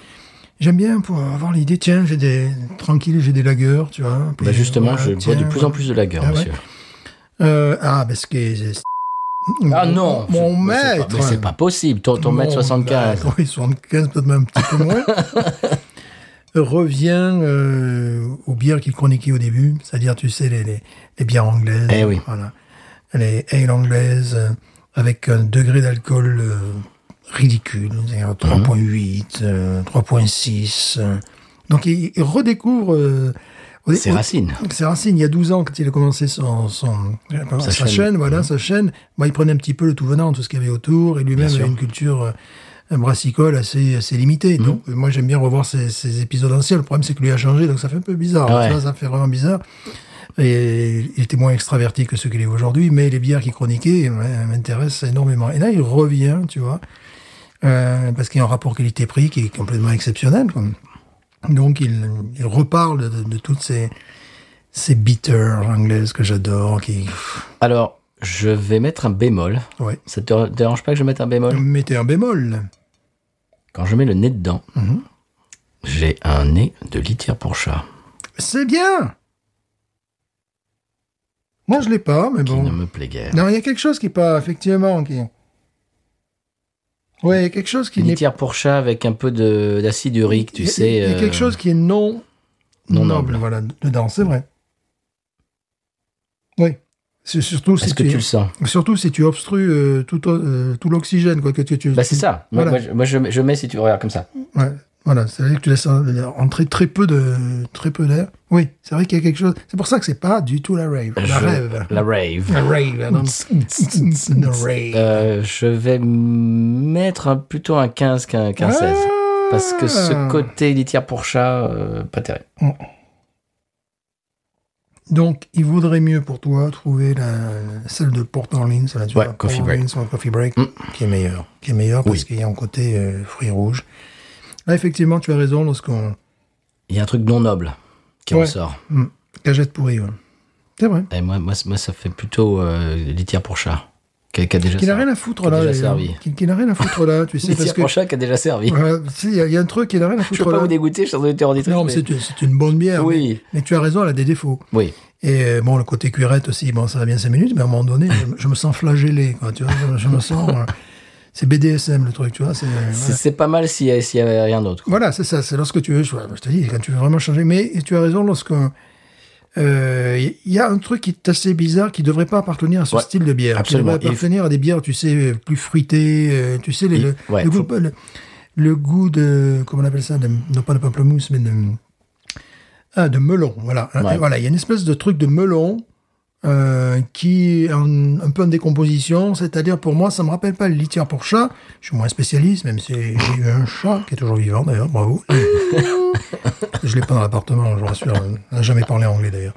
j'aime bien pour avoir l'idée. Tiens, j'ai des tranquille, j'ai des lagueurs, tu vois. Puis,
Bah, justement,
voilà,
je
Ah, tiens,
bois de plus en
voilà.
plus de lager,
Ah ouais.
monsieur.
Euh, ah, parce que c'est-
Ah non
mon
je- mais c'est pas-
maître.
Mais c'est pas possible, ton, ton mètre
Mon
75.
maître, bah, Oui, 75, peut-être même un petit peu moins. revient euh, aux bières qu'il chroniquait au début, c'est-à-dire, tu sais, les, les, les bières anglaises.
Eh oui.
Voilà. Les ale anglaises, euh, avec un degré d'alcool euh, ridicule,
Mhm.
c'est-à-dire 3.8, euh, 3.6. euh. Donc, il, il redécouvre... euh, au-
C'est
au-
Racine.
Ah, c'est Racine, il y a 12 ans, quand il a commencé son, son- sa,
chaîne.
chaîne, voilà, sa chaîne, bah, il prenait un petit peu le tout venant, tout ce qu'il y avait autour, et lui-même
Bien sûr.
avait une culture euh, un brassicole assez, assez limitée. Donc, moi, j'aime bien revoir ces, ces épisodes anciens. Le problème, c'est que lui a changé, donc ça fait un peu bizarre.
Ouais.
Tu vois, ça fait vraiment bizarre. Et il était moins extraverti que ce qu'il est aujourd'hui, mais les bières qu'il chroniquait ouais, m'intéressent énormément. Et là, il revient, tu vois, euh, parce qu'il y a un rapport qualité-prix qui est complètement exceptionnel. quoi. Donc, il, il reparle de, de toutes ces, ces bitters anglaises que j'adore, qui...
Alors, je vais mettre un bémol.
Ouais.
Ça te dérange pas que je mette un bémol
Mettez un bémol.
Quand je mets le nez dedans,
Mhm.
j'ai un nez de litière pour chat
C'est bien Moi, je l'ai pas, mais
qui
bon.
ne me plaît guère.
Non, il y a quelque chose qui est pas, effectivement, qui... Ouais, il y a quelque chose qui n'est
Litière pour chat avec un peu de- d'acide urique, tu
Il y a-
sais.
Il y a quelque
euh,
chose qui est non,
non
noble,
noble.
voilà, dedans, c'est vrai. Oui. C'est surtout si
Est-ce que tu le sens
surtout si tu obstrues euh, tout, euh, tout l'oxygène quoi que tu. tu-
Bah, c'est ça. Moi,
Voilà.
moi, je- moi, je, mets- je mets si tu regardes comme ça.
Ouais, voilà, c'est vrai que tu laisses euh, entrer très peu de très peu d'air. Oui, c'est vrai qu'il y a quelque chose. C'est pour ça que c'est pas du tout la rave. La
Je-
rave.
La rave.
La rave. non. La rave.
Euh, je vais mettre un- plutôt un 15 qu'un
Ah.
qu'un 16. Parce que ce côté litière pour chat, euh, pas terrible.
Donc, il vaudrait mieux pour toi trouver la, celle de Port Orleans, la
Ouais, Coffee Break.
Coffee Break,
Mm.
qui est meilleure, qui est meilleure parce
Oui.
qu'il y a un côté euh, fruits rouges. Là, effectivement, tu as raison lorsqu'on
Il y a un truc non noble qui
Ouais.
ressort.
Hmm. cagette pourrie. ouais. C'est vrai.
Et moi, moi, c- moi, ça fait plutôt euh, litière pour chat. Qui a, qui a déjà
Qu'il a
servi.
rien à foutre
Qui a
là.
déjà
les-
servi.
Qu'il qu'il a rien à foutre là, tu sais, parce
Litière
que
pour chat qui a déjà servi.
Voilà, si, il y, a- il y a un truc qu'il a rien à
Je ne
foutre
veux pas
là.
vous dégoûter, chers auditeurs auditrices.
Non, mais c'est c'est une bonne bière.
Oui.
Mais, mais tu as raison, elle a des défauts.
Oui.
Et euh, bon, le côté cuirette aussi, bon, ça va bien 5 minutes, mais à un moment donné, je, me- je me sens flagellé, quoi, tu vois, je, je me sens... euh, c'est BDSM, le truc, tu vois, c'est...
C'est
voilà.
c'est pas mal s'il y, s'il y avait rien d'autre. quoi.
Voilà, c'est ça, c'est lorsque tu veux, je, je te dis, quand tu veux vraiment changer, mais tu as raison, lorsque... euh, Il y a un truc qui est assez bizarre, qui devrait pas appartenir à ce
Ouais,
style de bière.
absolument.
Qui devrait appartenir à des bières, tu sais, plus fruitées, euh, tu sais, les-
Il-
le,
ouais,
le
faut-
goût, le, le goût de, comment on appelle ça, de- non pas de pamplemousse, mais de, ah, de melon, voilà.
Ouais.
Voilà, il y a une espèce de truc de melon euh, qui est en- un peu en décomposition, c'est-à-dire pour moi, ça me rappelle pas le litière pour chat. Je suis moins spécialiste, même si j'ai eu un chat qui est toujours vivant d'ailleurs, bravo. je l'ai pas dans l'appartement, je vous rassure, on n'a jamais parlé anglais d'ailleurs.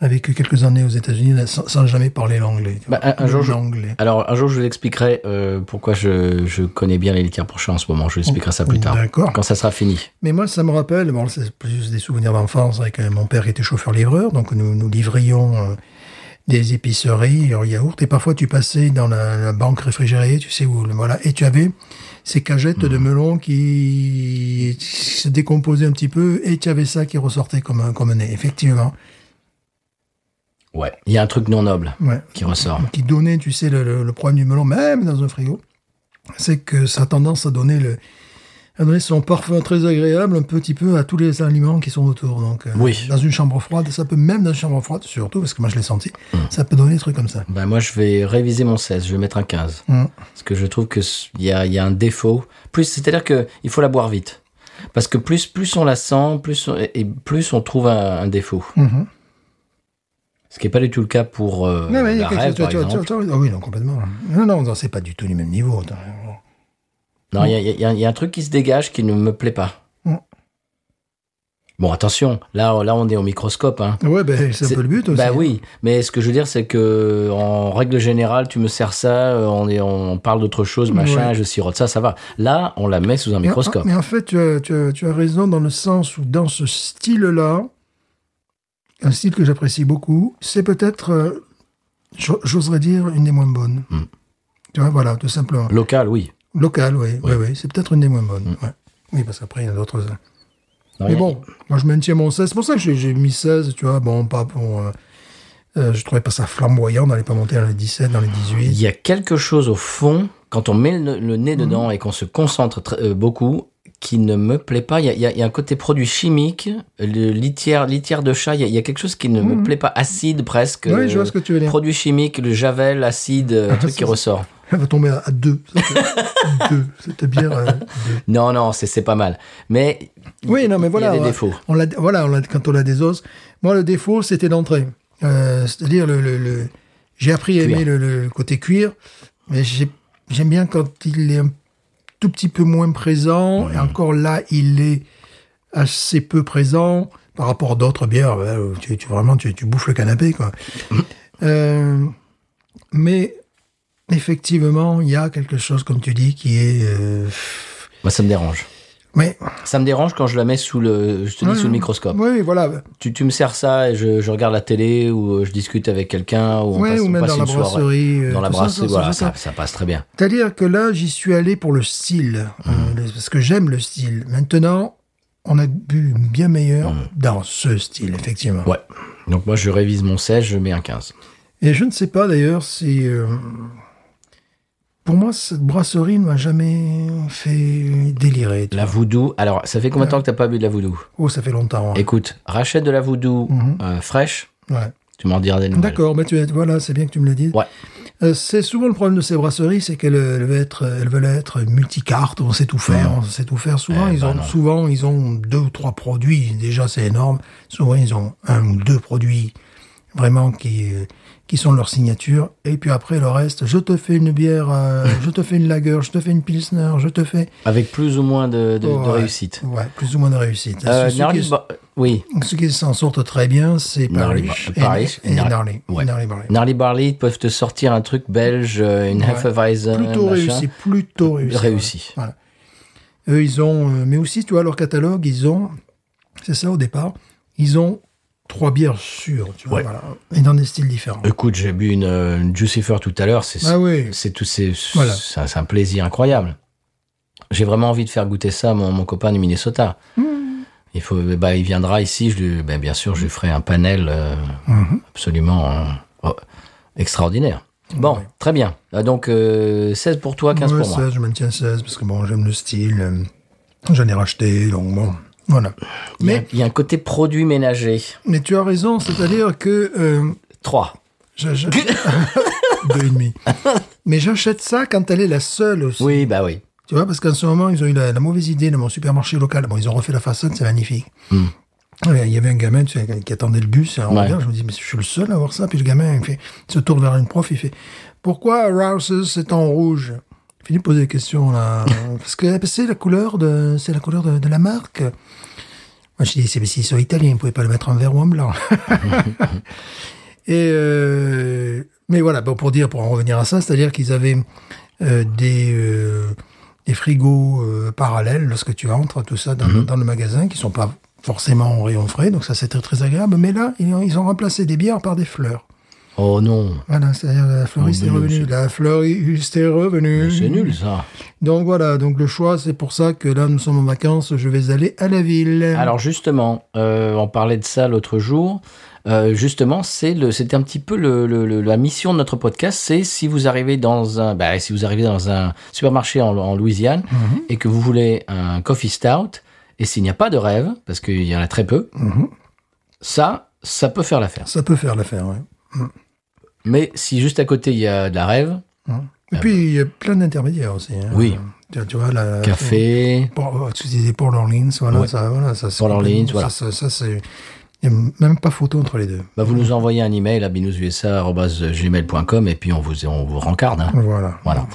A vécu quelques années aux États-Unis sans, sans jamais parler l'anglais.
Bah, un- un jour, je-
L'anglais.
Alors, un jour, je vous expliquerai euh, pourquoi je, je connais bien les litières pour chat en ce moment. Je vous expliquerai ça plus tard.
D'accord.
Quand ça sera fini.
Mais moi, ça me rappelle, bon, c'est plus des souvenirs d'enfance avec euh, mon père qui était chauffeur-livreur, donc nous, nous livrions euh, des épiceries, leurs yaourts, et parfois tu passais dans la, la banque réfrigérée, tu sais où, le- voilà, et tu avais ces cagettes
Mmh.
de melon qui se décomposaient un petit peu, et tu avais ça qui ressortait comme un, comme un nez, effectivement.
Ouais. Il y a un truc non noble
Ouais.
qui ressort.
qui donnait, tu sais, le, le- le problème du melon, même dans un frigo, c'est que ça a tendance à donner le à donner son parfum très agréable un petit peu à tous les aliments qui sont autour. Donc, euh,
Oui.
dans une chambre froide, ça peut même dans une chambre froide, surtout parce que moi je l'ai senti, ça peut donner des trucs comme ça.
Bah, moi, je vais réviser mon 16. Je vais mettre un 15.
Mm.
Parce que je trouve qu'il y a, il y a un défaut. Plus, c'est-à-dire que il faut la boire vite. Parce
Hmm. Euh,
que plus, plus on la sent, plus on- et et plus on trouve un, un défaut.
Mhm.
Ce qui n'est pas du tout le cas pour euh,
Non, mais il y
la
a quelque
rêve,
chose-
par
tu vois, tu vois,
exemple.
tu vois, ah oui, non, complètement. Non, non, non, c'est pas du tout du même niveau. attends.
Non, il y a- il y, a- il y a- il y a un truc qui se dégage qui ne me plaît pas.
Mm.
Bon, attention, là, là on est au microscope. Hein.
Ouais, ben, c'est un
C'est-
peu le but aussi.
Bah oui, mais ce que je veux dire, c'est que en règle générale, tu me sers ça, euh, on, est, on parle d'autre chose, machin,
Ouais.
je sirote ça, ça va. Là, on la met sous un
Mais en-
microscope.
Mais en, fait, tu as, tu as- tu as raison dans le sens où, dans ce style-là, un style que j'apprécie beaucoup, c'est peut-être, euh, j'o- j'oserais dire, une des moins bonnes.
Hmm.
Tu vois, voilà, tout simplement.
Local, oui.
Local, oui, oui, oui, c'est peut-être une des moins bonnes. ouais. Oui, parce qu'après, il y en a d'autres. hein.
Non,
Mais
y a-
bon, moi je maintiens mon 16. C'est pour ça que j'ai- j'ai mis 16, tu vois. Bon, pas pour. euh, euh, je trouvais pas ça flamboyant d'aller pas monter dans les 17, dans les 18.
Il y a quelque chose au fond, quand on met le, le
Mhm.
nez dedans et qu'on se concentre tr- euh, beaucoup, qui ne me plaît pas. Il y a, il y a- il y a un côté produit chimique, le litière, litière de chat, il y a, il y a quelque chose qui ne me plaît pas, acide presque.
Oui, Mhm. je vois ce que tu veux dire.
Produit chimique, le javel, acide, euh, un truc
c'est
qui
ça.
ressort.
Elle va tomber à, 2. 2, c'était bien. euh, deux.
Non, non, c'est c'est pas mal. Mais
Oui, non, mais
il y
voilà.
a des
on-
défauts.
On l'a- voilà, on l'a- quand on la désosse. Moi, le défaut, c'était d'entrée. Euh, C'est-à-dire, le, le- le- j'ai appris à
Cuir.
aimer le, le côté cuir, mais j'ai- j'aime bien quand il est un tout petit peu moins présent. Et encore là, il est assez peu présent par rapport à d'autres bières. ouais, où tu, tu- vraiment, tu, tu bouffes le canapé, quoi. Euh, mais effectivement, il y a quelque chose, comme tu dis, qui est. euh,
Moi, ça me dérange.
mais,
Ça me dérange quand je la mets sous le, je te dis, sous le microscope.
oui, voilà.
Tu, tu me sers ça et je, je regarde la télé ou euh, je discute avec quelqu'un ou on
Ouais,
passe,
ou
on
même
passe une
dans la
soirée.
brasserie, euh,
dans la
tout ça,
brasserie,
ça, ça,
voilà,
ça,
ça,
ça.
ça passe très bien.
C'est-à-dire que là, j'y suis allé pour le style,
Hum.
euh, le- parce que j'aime le style. Maintenant, on a bu bien meilleur dans ce style, effectivement.
Hum. Ouais. Donc moi, je révise mon 16, je mets un 15.
Et je ne sais pas d'ailleurs si... euh, pour moi, cette brasserie ne m'a jamais fait délirer. tu
La voodoo, alors ça fait combien de temps que t'as pas bu de la voodoo
vois. Oh, ça fait longtemps. hein.
Écoute, rachète de la voodoo euh, fraîche,
Ouais.
tu m'en diras des nouvelles.
Mhm. D'accord, mais tu voilà, c'est bien que tu me le dises.
Ouais.
Euh, c'est souvent le problème de ces brasseries, c'est qu'elles euh, elles veulent être, elles veulent être multicartes, on sait tout faire, on sait tout faire. Souvent,
Eh
ils
ben
ont,
non.
souvent, ils ont deux ou trois produits, déjà c'est énorme. Souvent, ils ont un ou deux produits vraiment qui, euh, qui sont leur signature. Et puis après, le reste, je te fais une bière, euh, je te fais une lager, je te fais une pilsner, je te fais.
Avec plus ou moins de, de- de
Ouais.
réussite.
Ouais, plus ou moins de réussite.
Euh,
Ceux- ceux
Gnarly
qui-
Bar- oui,
ceux qui s'en sortent très bien, c'est
Gnarly
Paris
Bar- Parrish
et, et
et Gnarly-
Gnarly-
ouais.
Gnarly Barley.
Gnarly Barley ils peuvent te sortir un truc belge, euh, une
Ouais.
Hefeweizen,
plutôt
machin. Euh,
réussi, plutôt réussi.
Réussi.
Voilà. Eux, ils ont, euh, mais aussi, tu vois, leur catalogue, ils ont, c'est ça au départ, ils ont trois bières sûres, tu vois,
Ouais.
voilà, et dans des styles différents.
Écoute, j'ai bu une, euh, une Jucifer tout à l'heure, c'est
Ah oui.
c'est tout, c'est
Voilà.
c'est un, c'est un plaisir incroyable. J'ai vraiment envie de faire goûter ça à mon, mon copain du Minnesota.
Hmm.
Il faut, eh ben, il viendra ici. Je lui, ben, bien sûr, je lui ferai un panel euh, absolument hein, oh, extraordinaire. Bon,
Ouais.
très bien. Ah, Donc euh, 16 pour toi, 15
Ouais,
pour moi.
16, je maintiens 16, parce que bon, j'aime le style, euh, j'en ai racheté, donc bon, voilà.
Il y, a,
Mais,
il y a un côté produit ménager.
mais tu as raison, c'est-à-dire que, euh,
3.
je- je- deux et demi. Mais j'achète ça quand elle est la seule aussi.
Oui, bah oui.
Tu vois, parce qu'en ce moment, ils ont eu la, la mauvaise idée de mon supermarché local. Bon, ils ont refait la façade, c'est magnifique. Ouais, Il y avait un gamin tu sais, qui attendait le bus. Alors, on
Ouais.
regarde, je me dis, mais je suis le seul à voir ça. Puis le gamin il fait, il se tourne vers une prof, il fait, pourquoi Rouses c'est en rouge Je finis de poser des questions là. parce que c'est la couleur de, c'est la couleur de, de la marque. Moi, je dis, c'est mais s'ils sont italiens, ils ne pouvaient pas le mettre en vert ou en blanc. Et euh, mais voilà, bon, pour dire, pour en revenir à ça, c'est-à-dire qu'ils avaient euh, des euh, des frigos euh, parallèles lorsque tu entres, tout ça dans,
Mhm.
dans le magasin, qui sont pas forcément en rayon frais, donc ça c'est très très agréable. Mais là, ils ont, ils ont remplacé des bières par des fleurs.
Oh non,
Voilà, c'est-à-dire la fleuriste
Oh,
est
ben,
revenue,
c'est-
la fleuriste est revenue.
c'est nul ça.
Donc voilà, donc le choix, c'est pour ça que là nous sommes en vacances, je vais aller à la ville.
Alors justement, euh, on parlait de ça l'autre jour. Euh, justement, c'est le, c'était un petit peu le, le- le- la mission de notre podcast, c'est si vous arrivez dans un, bah, si vous arrivez dans un supermarché en, en Louisiane et que vous voulez un coffee stout et s'il n'y a pas de rêve, parce qu'il y en a très peu,
Mhm.
ça, ça peut faire l'affaire.
ça peut faire l'affaire. Ouais.
Mais si juste à côté il y a de la rêve,
Et puis il y a plein d'intermédiaires aussi. hein.
Ah bah. Oui.
Tu, tu vois la
café,
mm. Pour, euh, tu disais Port Orleans, voilà,
Ouais.
ça, voilà, ça, c'est
Port Orleans,
complètement-
voilà.
Ça, ça, ça, c'est Il n'y a même pas photo entre les deux.
Bah, vous nous envoyez un email à binoususa.gmail.com et puis on vous, on vous rencarde. hein.
Voilà.
Voilà.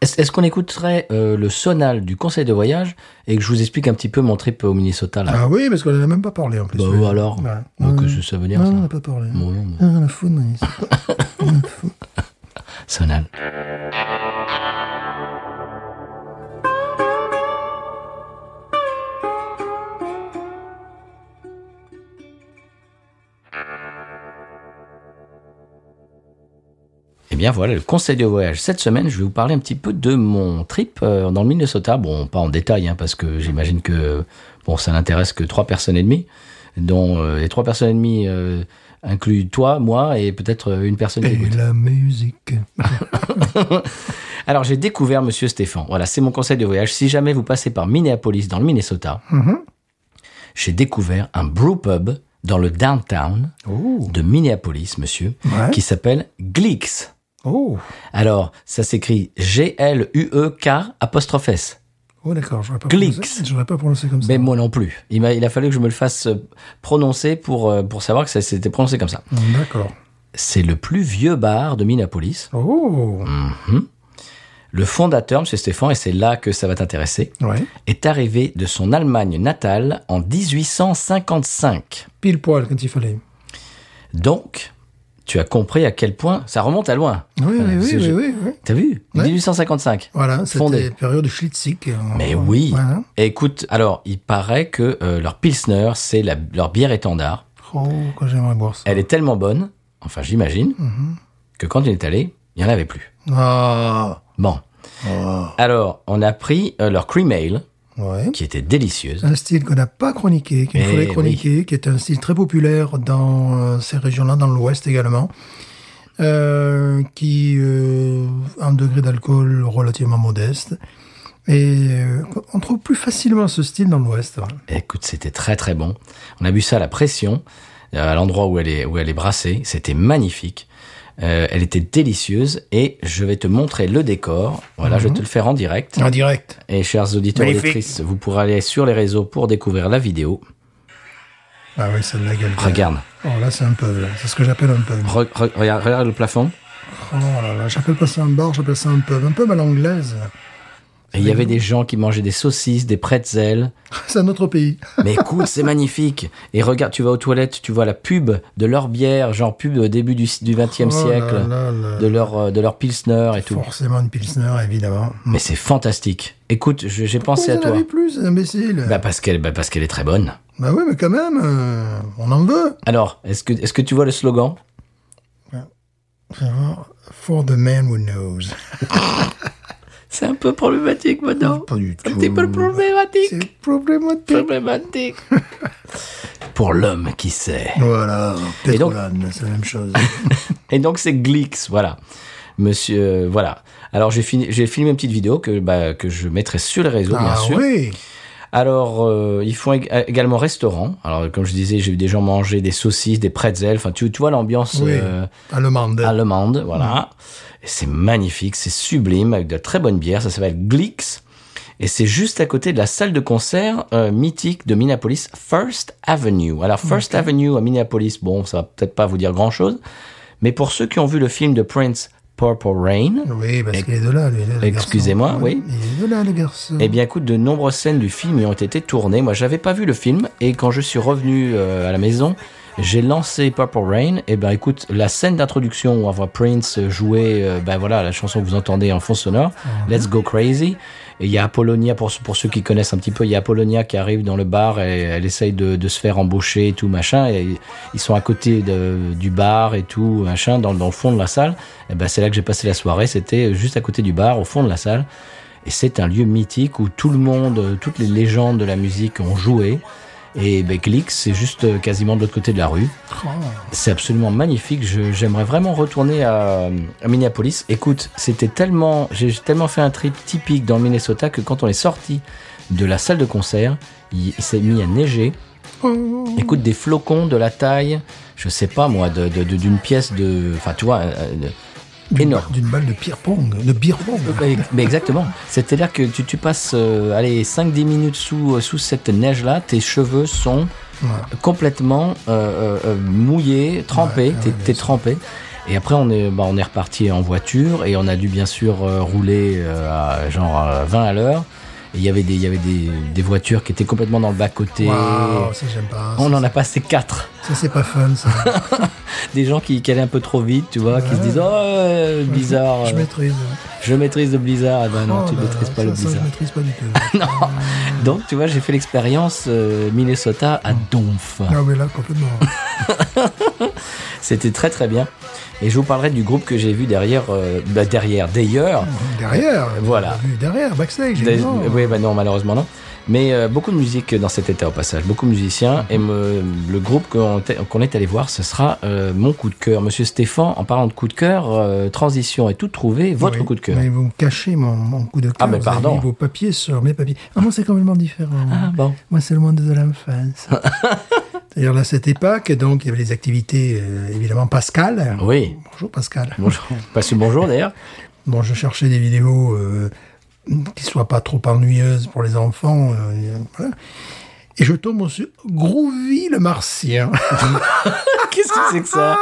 Est-ce est-ce qu'on écouterait euh, le sonal du conseil de voyage et que je vous explique un petit peu mon trip au Minnesota là
Ah oui, parce qu'on n'en a même pas parlé en plus.
Bah,
Oui.
ou alors
Voilà.
Euh,
Ouais.
Que ce- ça veut dire
Non,
ça Eh,
on n'en a pas parlé.
Bon, non, mais-
Ah, la faune, oui.
Sonal. Eh bien voilà, le conseil de voyage. Cette semaine, je vais vous parler un petit peu de mon trip euh, dans le Minnesota. Bon, pas en détail, hein, parce que j'imagine que bon, ça n'intéresse que trois personnes et demie, dont euh, les trois personnes et demie euh, incluent toi, moi et peut-être euh, une personne qui
Et
écoute.
la musique.
Alors j'ai découvert Monsieur Stéphane. Voilà, c'est mon conseil de voyage. Si jamais vous passez par Minneapolis dans le Minnesota,
Mhm.
j'ai découvert un brew pub dans le downtown
Oh.
de Minneapolis, monsieur,
Ouais.
qui s'appelle Gleeks.
Oh.
Alors ça s'écrit G L U E K apostrophe S.
Oh, d'accord. Je pas
Glicks.
prononcé- j'aurais pas prononcé comme ça.
Mais Ben, moi non plus. Il m'a- il a, fallu que je me le fasse euh, prononcer pour euh, pour savoir que ça s'était prononcé comme ça.
Mm, D'accord.
C'est le plus vieux bar de Minneapolis.
Oh.
Mhm. Le fondateur, Monsieur Stéphane, et c'est là que ça va t'intéresser.
Ouais.
est arrivé de son Allemagne natale en 1855.
Pile poil quand il fallait.
Donc, tu as compris à quel point ça remonte à loin.
Oui,
Voilà,
oui,
parce
oui,
que
oui,
je-
oui, oui.
T'as vu
Ouais.
1855.
Voilà,
Fondé.
c'était la période de Schlitzig.
Mais oui.
Voilà.
Et écoute, alors, il paraît que euh, leur Pilsner, c'est la- leur bière étendard.
Oh, que j'aimerais boire ça.
Elle est tellement bonne, enfin j'imagine,
Mhm.
que quand il est allé, il n'y en avait plus.
Ah.
Bon.
Oh.
Alors, on a pris euh, leur cream ale,
Ouais.
qui était délicieuse.
Un style qu'on n'a pas chroniqué, qu'il
Eh
faudrait
oui.
chroniquer, qui est un style très populaire dans euh, ces régions-là, dans l'Ouest également, euh, qui euh, a un degré d'alcool relativement modeste. Et euh, on trouve plus facilement ce style dans l'Ouest. hein.
Écoute, c'était très très bon. On a bu ça à la pression, euh, à l'endroit où elle est où elle est brassée. C'était magnifique. Euh, elle était délicieuse et je vais te montrer le décor. Voilà, je vais te le faire en direct.
En direct.
Et chers auditeurs et
Mhm. Magnifique.
auditrices, vous pourrez aller sur les réseaux pour découvrir la vidéo.
Ah oui, celle-là, gueule.
Regarde, Oh.
Oh là, c'est un pub. là. C'est ce que j'appelle un pub.
Re- re- regarde, regarde le plafond.
Oh là là, j'appelle pas ça un bar, j'appelle ça un pub. Un pub à l'anglaise.
Et il y avait des gens qui mangeaient des saucisses, des pretzels.
C'est un autre pays.
Mais écoute, c'est magnifique. Et regarde, tu vas aux toilettes, tu vois la pub de leur bière, genre pub au début du, du 20e
Oh
siècle,
là là
de
là.
leur euh, de leur pilsner et tout.
Forcément une pilsner, évidemment.
Mais c'est fantastique. Écoute, je- j'ai pensé à
Vous en
toi.
avez plus, imbécile.
Bah parce qu'elle bah parce qu'elle est très bonne.
Bah oui, mais quand même, euh, on en veut.
Alors, est-ce que, est-ce que tu vois le slogan
Vraiment, For the man who knows.
C'est un peu problématique maintenant.
Pas du tout.
Un petit peu problématique.
C'est problématique.
Problématique. Pour l'homme qui sait.
Voilà,
Et donc-
Petrolane, c'est la même chose.
Et donc c'est Glix, voilà. Monsieur, euh, voilà. Alors j'ai, fini, j'ai filmé une petite vidéo que, bah, que je mettrai sur les réseaux, bien
ah
sûr.
oui,
Alors, euh, ils font ég- également restaurant. Alors, comme je disais, j'ai vu des gens manger des saucisses, des pretzels. Enfin, tu, tu vois l'ambiance
Oui.
euh,
allemande.
allemande, voilà. Et C'est magnifique, c'est sublime, avec de très bonnes bières. Ça s'appelle Gleeks. Et c'est juste à côté de la salle de concert euh, mythique de Minneapolis, First Avenue. Alors, First Avenue à Minneapolis, bon, ça va peut-être pas vous dire grand-chose. Mais pour ceux qui ont vu le film de Prince, Purple Rain,
Oui, parce qu'il est de là, lui. le garçon.
Ah, Excusez-moi, oui.
Il est de là, le garçon.
eh bien, écoute, de nombreuses scènes du film y ont été tournées. Moi, j'avais pas vu le film, et quand je suis revenu euh, à la maison, j'ai lancé Purple Rain. Et ben, écoute, la scène d'introduction où on voit Prince jouer, euh, ben voilà, la chanson que vous entendez en fond sonore, Let's Go Crazy. Et il y a Apollonia, pour, ceux- pour ceux qui connaissent un petit peu, il y a Apollonia qui arrive dans le bar, et elle essaye de, de se faire embaucher et tout, machin. Et ils sont à côté de- du bar et tout, machin, dans, dans le fond de la salle. Et ben, c'est là que j'ai passé la soirée, c'était juste à côté du bar, au fond de la salle. Et c'est un lieu mythique où tout le monde, euh, toutes les légendes de la musique ont joué. Et ben, Glix, c'est juste euh, quasiment de l'autre côté de la rue.
Oh,
C'est absolument magnifique. Je- J'aimerais vraiment retourner à, à Minneapolis. Écoute, c'était tellement, j'ai tellement fait un trip typique dans le Minnesota que quand on est sorti de la salle de concert, il, il s'est mis à neiger. Écoute, des flocons de la taille, je sais pas moi, de- de- de- d'une pièce de, enfin tu vois, euh, de-
d'une-
énorme.
D'une balle de pire-pong. De beer-pong.
Mais, mais exactement. C'est-à-dire que tu, tu passes euh, allez, 5-10 minutes sous, euh, sous cette neige-là, tes cheveux sont complètement euh, euh, euh, mouillé, trempé, t'es t'es trempé. Et après, on est, bah, on est reparti en voiture et on a dû bien sûr euh, rouler euh, à genre à 20 à l'heure. Et Il y avait, des, il y avait des, des voitures qui étaient complètement dans le bas-côté.
Waouh, ça j'aime pas.
On
Ça,
en a passé quatre.
Ça c'est pas fun ça.
Des gens qui, qui allaient un peu trop vite, tu vois, qui se disent Oh, euh, Blizzard, euh,
Je
je,
maîtrise.
maîtrise le Blizzard. Ah ben non,
Oh,
tu ne
bah,
maîtrises pas
ça,
le
ça, je
Blizzard.
maîtrise pas du tout.
non. Donc, tu vois, j'ai fait l'expérience euh, Minnesota à Donf.
Ah oui, là, complètement.
C'était très très bien. Et je vous parlerai du groupe que j'ai vu derrière, euh, bah, derrière, d'ailleurs.
Derrière.
Voilà.
on l'a vu Derrière, backstage.
Des-
évidemment.
Oui, bah non, malheureusement non. Mais euh, beaucoup de musique dans cet état au passage, beaucoup de musiciens. Et me- le groupe qu'on était- qu'on est allé voir, ce sera euh, mon coup de cœur. Monsieur Stéphane, en parlant de coup de cœur, euh, transition et tout trouvé, votre
Oui,
coup de cœur. Ah,
Mais vous me cachez mon, mon coup de cœur.
mais
vous avez
pardon.
mis vos papiers sur mes papiers. Ah, moi, c'est complètement différent.
Ah, bon.
Moi, c'est le monde de l'enfance. D'ailleurs, là, c'était Pâques, donc il y avait les activités, euh, évidemment, Pascal.
Oui.
Bonjour, Pascal.
Bonjour. Passe le bonjour d'ailleurs.
Bon, je cherchais des vidéos euh, qui soient pas trop ennuyeuses pour les enfants. euh, voilà. Et je tombe sur Groovy le Martien.
Qu'est-ce que c'est que ça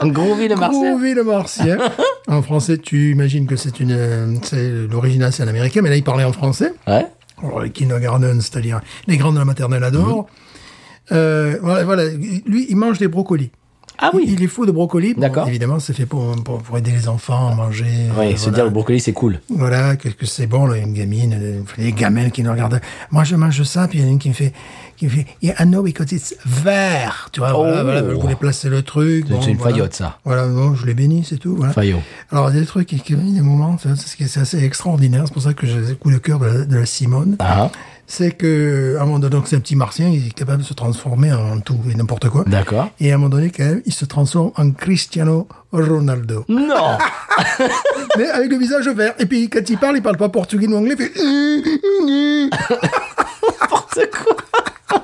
Un gros ville Marseille.
Groovy le Martien. en français, tu imagines que c'est une, euh, c'est l'original, c'est un américain, mais là, il parlait en français.
Ouais.
Alors, les kindergarten, c'est-à-dire les grandes de la maternelle adorent. Euh, voilà, voilà, lui, il mange des brocolis.
Ah oui.
Il, il est fou de brocolis. Bon,
D'accord.
évidemment, c'est fait pour, pour, pour aider les enfants à manger.
Oui,
euh,
se
voilà.
dire le brocoli c'est cool.
Voilà, que, que c'est bon, là, une gamine, euh, les gamelles qui nous regardent. Moi, je mange ça, puis il y en a une qui me fait, qui me fait, yeah, I know because it's vert. Tu vois, voilà,
Oh.
voilà, vous voulez placer le truc.
C'est
bon,
une
voilà.
faillotte, ça.
Voilà, bon, je les bénis, c'est tout. Voilà.
Fayot.
Alors, il y a des trucs, qui- qui- des moments, c'est c'est- c'est assez extraordinaire. C'est pour ça que j'ai le coup de cœur de la, de la Simone.
Ah,
C'est que, à un moment donné, donc, c'est un petit martien, il est capable de se transformer en tout et n'importe quoi.
d'accord.
Et à un moment donné, quand même, il se transforme en Cristiano Ronaldo.
Non
mais avec le visage vert. Et puis quand il parle, il parle pas portugais ou anglais. il fait...
N'importe quoi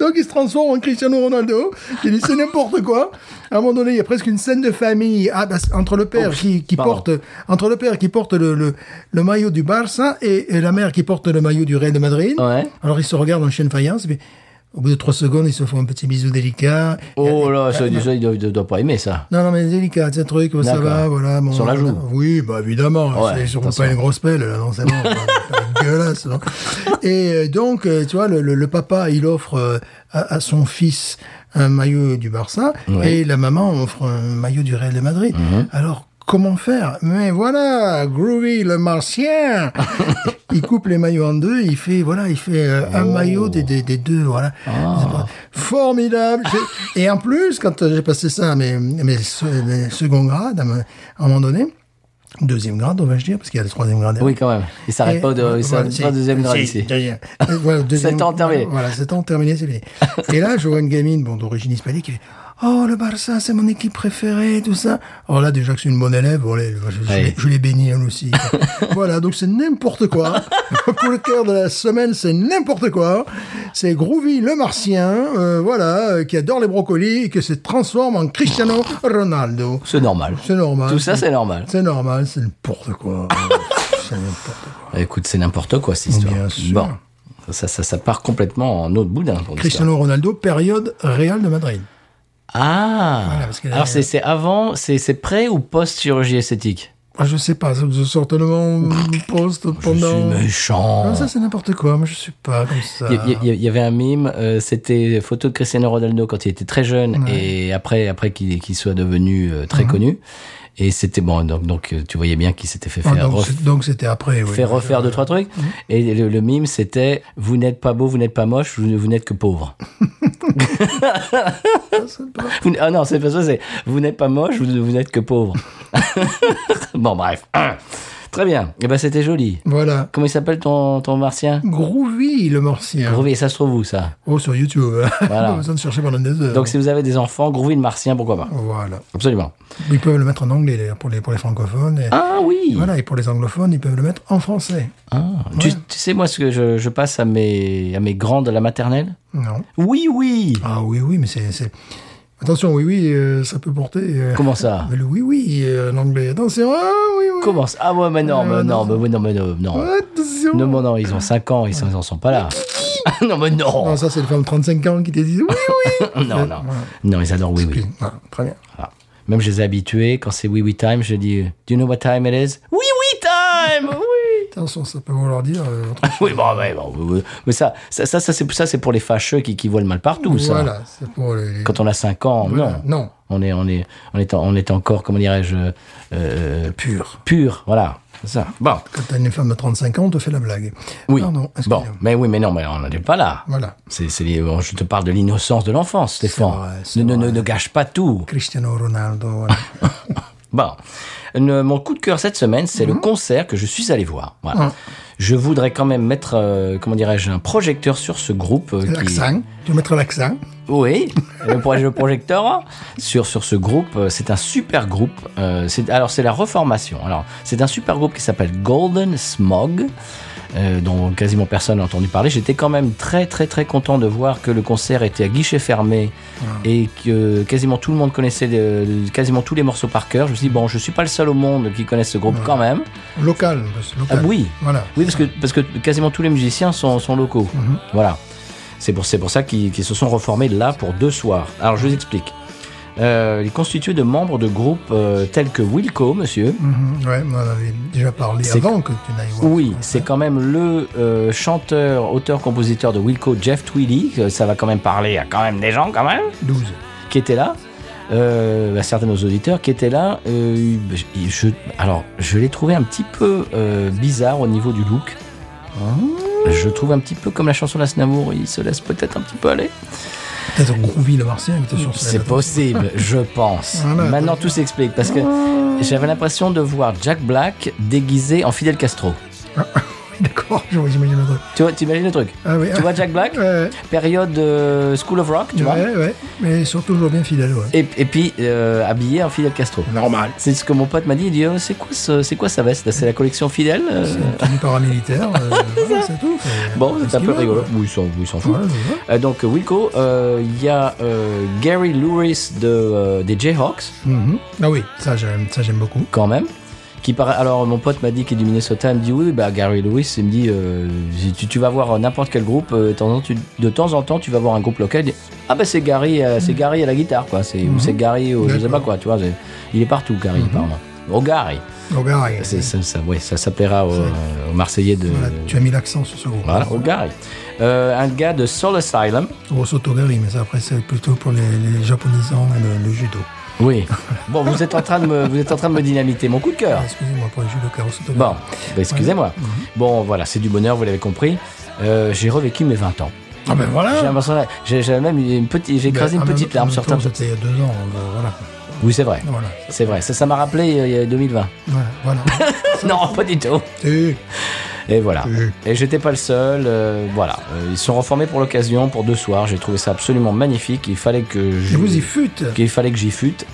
Donc il se transforme en Cristiano Ronaldo. J'ai dit c'est n'importe quoi. À un moment donné, il y a presque une scène de famille ah, bah, c'est entre le père
Oh,
qui, qui
pardon.
porte entre le père qui porte le, le, le maillot du Barça et, et la mère qui porte le maillot du Real de Madrid.
Ouais.
Alors ils se regardent en chaîne faïence. Mais au bout de trois secondes, ils se font un petit bisou délicat.
Oh là, ça, ça, il doit, il doit pas aimer ça.
Non, non, mais délicat, c'est un truc, ça
D'accord.
va, voilà. Bon,
Sur la joue.
Oui, bah évidemment,
Ouais,
c'est ils auront
attention.
pas une grosse pelle, là, non, c'est bon, c'est dégueulasse. non. Et euh, donc, euh, tu vois, le, le- le papa, il offre euh, à, à son fils un maillot du Barça,
Ouais. Mhm.
et la maman offre un maillot du Real de Madrid. Alors, comment faire Mais voilà, Groovy, le martien Il coupe les maillots en deux, il fait, voilà, il fait euh, un
Oh.
maillot des, des, des deux, voilà.
Ah.
Formidable. J'ai- Et en plus, quand euh, j'ai passé ça à mes, mes, se- mes second grades, à me- à un moment donné, deuxième grade, on va dire, parce qu'il y a le troisième grade.
Oui, quand même. Il s'arrête
Euh, Et-
pas de, il
voilà,
s'arrête
si,
pas au deuxième grade
si,
ici.
deuxième. Et voilà, deuxième-
Sept ans terminé.
Voilà, 7 ans terminé, c'est fini. Et là, je vois une gamine, bon, d'origine hispanique, qui fait Oh, le Barça, c'est mon équipe préférée, tout ça. Alors là, déjà que c'est une bonne élève, bon, allez, je, je
Ouais.
l'ai- je l'ai bénie, elle aussi. voilà, donc c'est n'importe quoi. Pour le cœur de la semaine, c'est n'importe quoi. C'est Groovy le Martien, euh, voilà, euh, qui adore les brocolis et qui se transforme en Cristiano Ronaldo.
C'est normal.
C'est normal.
Tout ça, c'est normal.
C'est normal, c'est n'importe quoi. c'est n'importe quoi.
Écoute, c'est n'importe quoi cette histoire.
Bien sûr.
Bon, ça, ça, ça part complètement en autre boudin. Pour l'histoire.
Cristiano Ronaldo, période Real de Madrid.
Ah
Voilà, parce que-
Alors, c'est, c'est avant, c'est, c'est pré ou post-chirurgie esthétique
Ah, je sais pas, ça vous sort tellement poste pendant.
Je suis méchant
Ah, ça, c'est n'importe quoi, moi je suis pas comme ça.
Il y, il y- il y avait un mime, euh, c'était photo de Cristiano Ronaldo quand il était très jeune et après, après qu'il qu'il soit devenu euh,
Mhm.
très connu. Et c'était bon, donc, donc euh, tu voyais bien qu'il s'était fait
Ah,
faire,
donc,
ref-
c'est- donc c'était après, oui. Mhm.
faire refaire deux, trois trucs. Et le, le mime, c'était Vous n'êtes pas beau, vous n'êtes pas moche, vous, vous n'êtes que pauvre.
Ah, c'est pas-
Vous n- ah non, c'est pas ça, c'est Vous n'êtes pas moche, vous, vous n'êtes que pauvre. bon, bref. Très bien. Et ben, c'était joli.
Voilà.
Comment il s'appelle ton, ton martien
Groovy, le martien.
Groovy, ça se trouve où ça
Oh, sur YouTube.
Voilà.
pas besoin de chercher pendant des heures.
Donc si vous avez des enfants, Groovy le martien, pourquoi pas
Voilà.
Absolument.
Ils peuvent le mettre en anglais, d'ailleurs, pour les, pour les francophones. et-
Ah oui
Voilà, et pour les anglophones, ils peuvent le mettre en français.
Ah. Tu, tu sais, moi, ce que je, je passe à mes, à mes grands de la maternelle
Non.
Oui, oui
Ah oui, oui, mais c'est. c'est- Attention, oui, oui, euh, ça peut porter. euh,
Comment ça
Mais le oui, oui, euh, en anglais. Attention, ah oui, oui.
Comment ça Ah ouais, mais non, mais non, mais oui, non, mais non, non.
Attention.
Non, mais non, ils ont 5 ans, ils, sont- ils en sont pas là. oui Non, mais non
Non, Ah, ça, c'est les femmes de 35 ans qui te disent oui, oui.
Non, non. Non, ils adorent oui, oui.
Puis, voilà, très bien.
Voilà. Même je les ai habitués, quand c'est oui, oui time, je dis Do you know what time it is Oui, oui time Oui
Attention, ça peut vouloir dire. euh, autre
Oui, bon, ouais, bon, oui, oui. mais ça, ça, ça, ça, c'est, ça, c'est pour les fâcheux qui, qui voient le mal partout,
chose.
ça.
Voilà, c'est pour les. les-
Quand on a 5 ans,
Voilà,
non.
non.
On est, on est, on est, en- on est encore, comment dirais-je, euh,
Pur.
pur, voilà. C'est ça. Bon.
Quand t'as une femme de 35 ans, on te fait la blague.
Oui.
Pardon,
bon,
excusez-moi.
mais oui, mais non, mais on n'en est pas là.
Voilà.
C'est, c'est les- bon, je te parle de l'innocence de l'enfance, Stéphane.
vrai, c'est
ne, ne, ne, ne gâche pas tout.
Cristiano Ronaldo, voilà.
Ah, Bon, Ne- mon coup de cœur cette semaine, c'est le concert que je suis allé voir. Voilà.
Mhm.
Je voudrais quand même mettre, euh, comment dirais-je, un projecteur sur ce groupe. euh, qui-
l'accent. Tu veux mettre l'accent
Oui, le pro- le projecteur hein, sur, sur ce groupe. euh, C'est un super groupe. euh, c'est- alors, c'est la reformation. Alors, c'est un super groupe qui s'appelle Golden Smog, euh, dont quasiment personne n'a entendu parler. J'étais quand même très, très, très content de voir que le concert était à guichet fermé et que quasiment tout le monde connaissait euh, quasiment tous les morceaux par cœur. Je me suis dit, bon, je suis pas le seul au monde qui connaisse ce groupe quand même.
Local, parce que
Ah,
local.
oui,
Voilà.
oui, parce que, parce que quasiment tous les musiciens sont, sont locaux. Voilà. C'est pour, c'est pour ça qu'ils qu'ils se sont reformés là pour deux soirs. Alors, je vous explique. Euh, ils constituent de membres de groupes euh, tels que Wilco, monsieur.
Mhm, ouais, on en avait déjà parlé
C'est-
avant que tu n'ailles voir.
Oui, c'est quand même le euh, chanteur, auteur, compositeur de Wilco, Jeff Tweedy. euh, Ça va quand même parler à quand même des gens, quand même,
12.
qui étaient là. Euh, à certains de nos auditeurs qui étaient là. Euh, je, alors, je l'ai trouvé un petit peu euh, bizarre au niveau du look.
Ah.
Je trouve un petit peu comme la chanson de Aznavour, il se laisse peut-être un petit peu aller.
Peut-être Groovy le martien qui était sur scène.
C'est possible, je pense.
Voilà, Ah.
Maintenant tout
attention.
s'explique parce que j'avais l'impression de voir Jack Black déguisé en Fidel Castro.
D'accord, j'imagine le truc.
Tu vois, t'imagines le truc
Ah oui,
Tu
ah,
vois Jack Black
Ouais,
Période euh, School of Rock, tu vois
ouais, ouais. Mais surtout, je vois bien fidèle, ouais.
et, et puis euh, habillé en Fidel Castro.
Normal.
C'est ce que mon pote m'a dit, il dit Oh, c'est quoi, ce- c'est quoi sa veste C'est la collection Fidel euh
Tenue paramilitaire, euh, voilà, c'est tout. Euh, c'est-
Bon, c'est un peu
Esquimau,
rigolo.
ouais.
Oui, ils s'en- ils s'en foutent.
Voilà, voilà.
Euh, donc Wilco, euh, il y a euh, Gary Lewis de, euh, des Jayhawks,
Mhm. Ah oui, ça j'aime, ça j'aime beaucoup.
quand même. Qui paraît... Alors mon pote m'a dit qu'il est du Minnesota, il me dit oui, bah Gary Lewis, il me dit euh, tu, tu vas voir n'importe quel groupe, euh, de, temps en temps, tu, de temps en temps tu vas voir un groupe local, il dit, ah bah c'est Gary, euh, c'est Gary à la guitare quoi, c'est ou c'est Gary, ou je sais pas
D'accord.
quoi, tu vois, c'est- il est partout Gary, apparemment. Oh Gary,
ah, Regarde, et-
Bah, C'est- ça, ça, ouais, ça s'appellera aux aux Marseillais de
voilà, tu as mis l'accent sur ce groupe.
voilà, oh Gary, Euh, un gars de Soul Asylum.
Grosso Togari, mais ça après c'est plutôt pour les, les japonisants et le, le judo.
Oui. Bon, vous êtes en train de me, vous êtes en train de me dynamiter mon coup de cœur.
Excusez-moi pour le judo Grosso Togari.
Ah. Bon, bah, excusez-moi. Bon, voilà, c'est du bonheur, vous l'avez compris. Euh, j'ai revécu mes 20 ans.
Ah ben
J'ai
voilà
l'impression, j'ai- j'avais même une petite, j'ai écrasé
Ben, en
une
même-
petite
en
larme
même
sur
temps,
certains.
C'était il y a deux ans, euh, voilà.
Oui, c'est vrai.
Voilà,
C'est vrai. Ça, ça m'a rappelé euh, il y a 2020.
voilà, voilà.
Non, pas du tout.
Et-
Et voilà.
Oui.
Et j'étais pas le seul. euh, voilà. Euh, Ils sont reformés pour l'occasion, pour deux soirs. J'ai trouvé ça absolument magnifique. Il fallait que
Et
je.
vous y fûtes
qu'il fallait que j'y fute.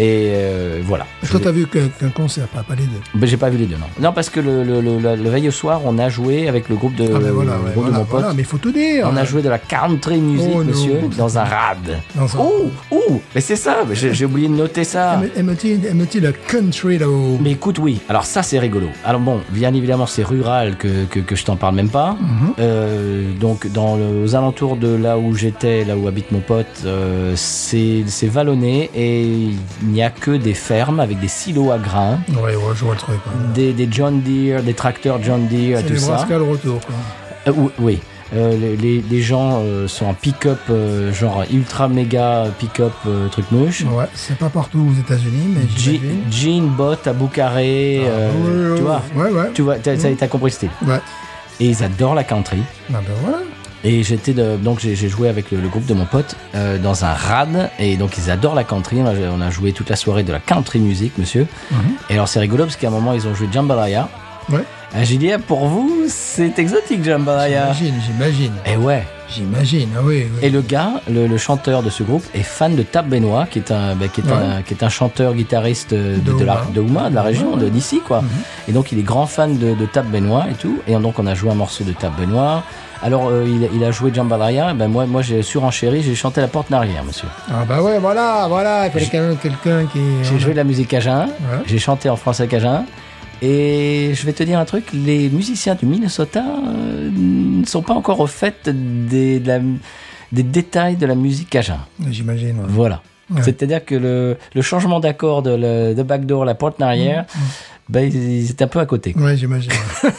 Et euh, voilà. Je
Toi, t'as vu qu'un qu'un concert, pas, pas les deux.
Ben, j'ai pas vu les deux, non. Non, parce que le, le, le, la- le veille au soir, on a joué avec le groupe de,
ah ben voilà,
le
ouais,
groupe de
voilà,
mon pote.
voilà, mais faut tout dire.
Euh, On a joué de la country music,
Oh, non.
monsieur, dans un rad.
Dans un- Ah,
Ouh, ouh, mais c'est ça, mais j'ai j'ai oublié de noter ça.
Elle me dit, elle me dit le country là haut
Mais écoute, oui, alors ça c'est rigolo. Alors bon, bien évidemment, c'est rural que, que, que je t'en parle même pas.
Mhm.
Euh, donc, dans le- aux alentours de là où j'étais, là où habite mon pote, euh, c'est c'est vallonné et il n'y a que des fermes avec des silos à grains.
Ouais, ouais, je vois le truc. ouais.
Des, des John Deere, des tracteurs John Deere,
C'est
tout
les
ça.
Brascas le retour. quoi.
Euh, ou- oui. Euh, les- les, les gens euh, sont en pick-up, euh, genre ultra méga pick-up, euh, truc mouche.
Ouais, c'est pas partout aux États-Unis, mais
Je-
j'imagine. Ah,
Jean, bot à bout carré, euh,
Ouais,
tu vois.
Ouais, ouais.
Tu vois, t'as t'as- t'as compris le style.
Ouais.
Et ils adorent la country.
Ah ben voilà.
Et j'étais de- donc j'ai j'ai joué avec le, le groupe de mon pote euh, dans un rad et donc ils adorent la country. On a, on a joué toute la soirée de la country music, monsieur.
Mhm.
Et alors c'est rigolo parce qu'à un moment ils ont joué jambalaya.
Ouais.
Et J'ai dit ah, pour vous c'est exotique jambalaya.
J'imagine, j'imagine.
Et ouais.
J'imagine, ah oui. oui.
Et le gars, le, le chanteur de ce groupe, est fan de Tab Benoît, qui est un, bah, qui est un, qui est un chanteur guitariste de, de,
De
la,
Houma.
de Houma, de la région,
Ouais, Mhm.
de d'ici, quoi. Et donc, il est grand fan de, de Tab Benoît et tout. Et donc, on a joué un morceau de Tab Benoît. Alors, euh, il, il a joué Jambalaya. Ben, moi, moi j'ai surenchéri, j'ai chanté la porte en arrière, monsieur.
Ah bah ouais, voilà, voilà. Il fallait quand même quelqu'un qui.
J'ai joué de la musique cajun,
Ouais.
j'ai chanté en français cajun. Et je vais te dire un truc, les musiciens du Minnesota euh, ne sont pas encore au fait des, de la- des détails de la musique cajun.
J'imagine. ouais.
Voilà.
Ouais.
C'est-à-dire que le, le changement d'accord de, le- de backdoor, la porte en arrière,
Mm,
ben, ils ils étaient un peu à côté.
Ouais, j'imagine. ouais.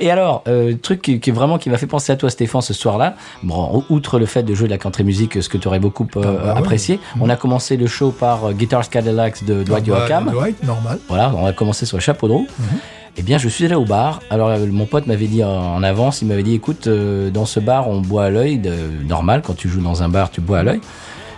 Et alors, euh, truc qui, qui vraiment qui m'a fait penser à toi, Stéphane, ce soir-là. Bon, ou- outre le fait de jouer de la country music, ce que tu aurais beaucoup euh,
bah ouais.
apprécié, on a commencé le show par euh, Guitars Cadillacs de Dwight
Bah,
Yoakam.
Dwight, normal.
Voilà, on a commencé sur le chapeau de roue.
Mhm.
Eh bien, je suis allé au bar. Alors, euh, mon pote m'avait dit en- en avance, il m'avait dit, écoute, euh, dans ce bar, on boit à l'œil. de- Normal, quand tu joues dans un bar, tu bois à l'œil.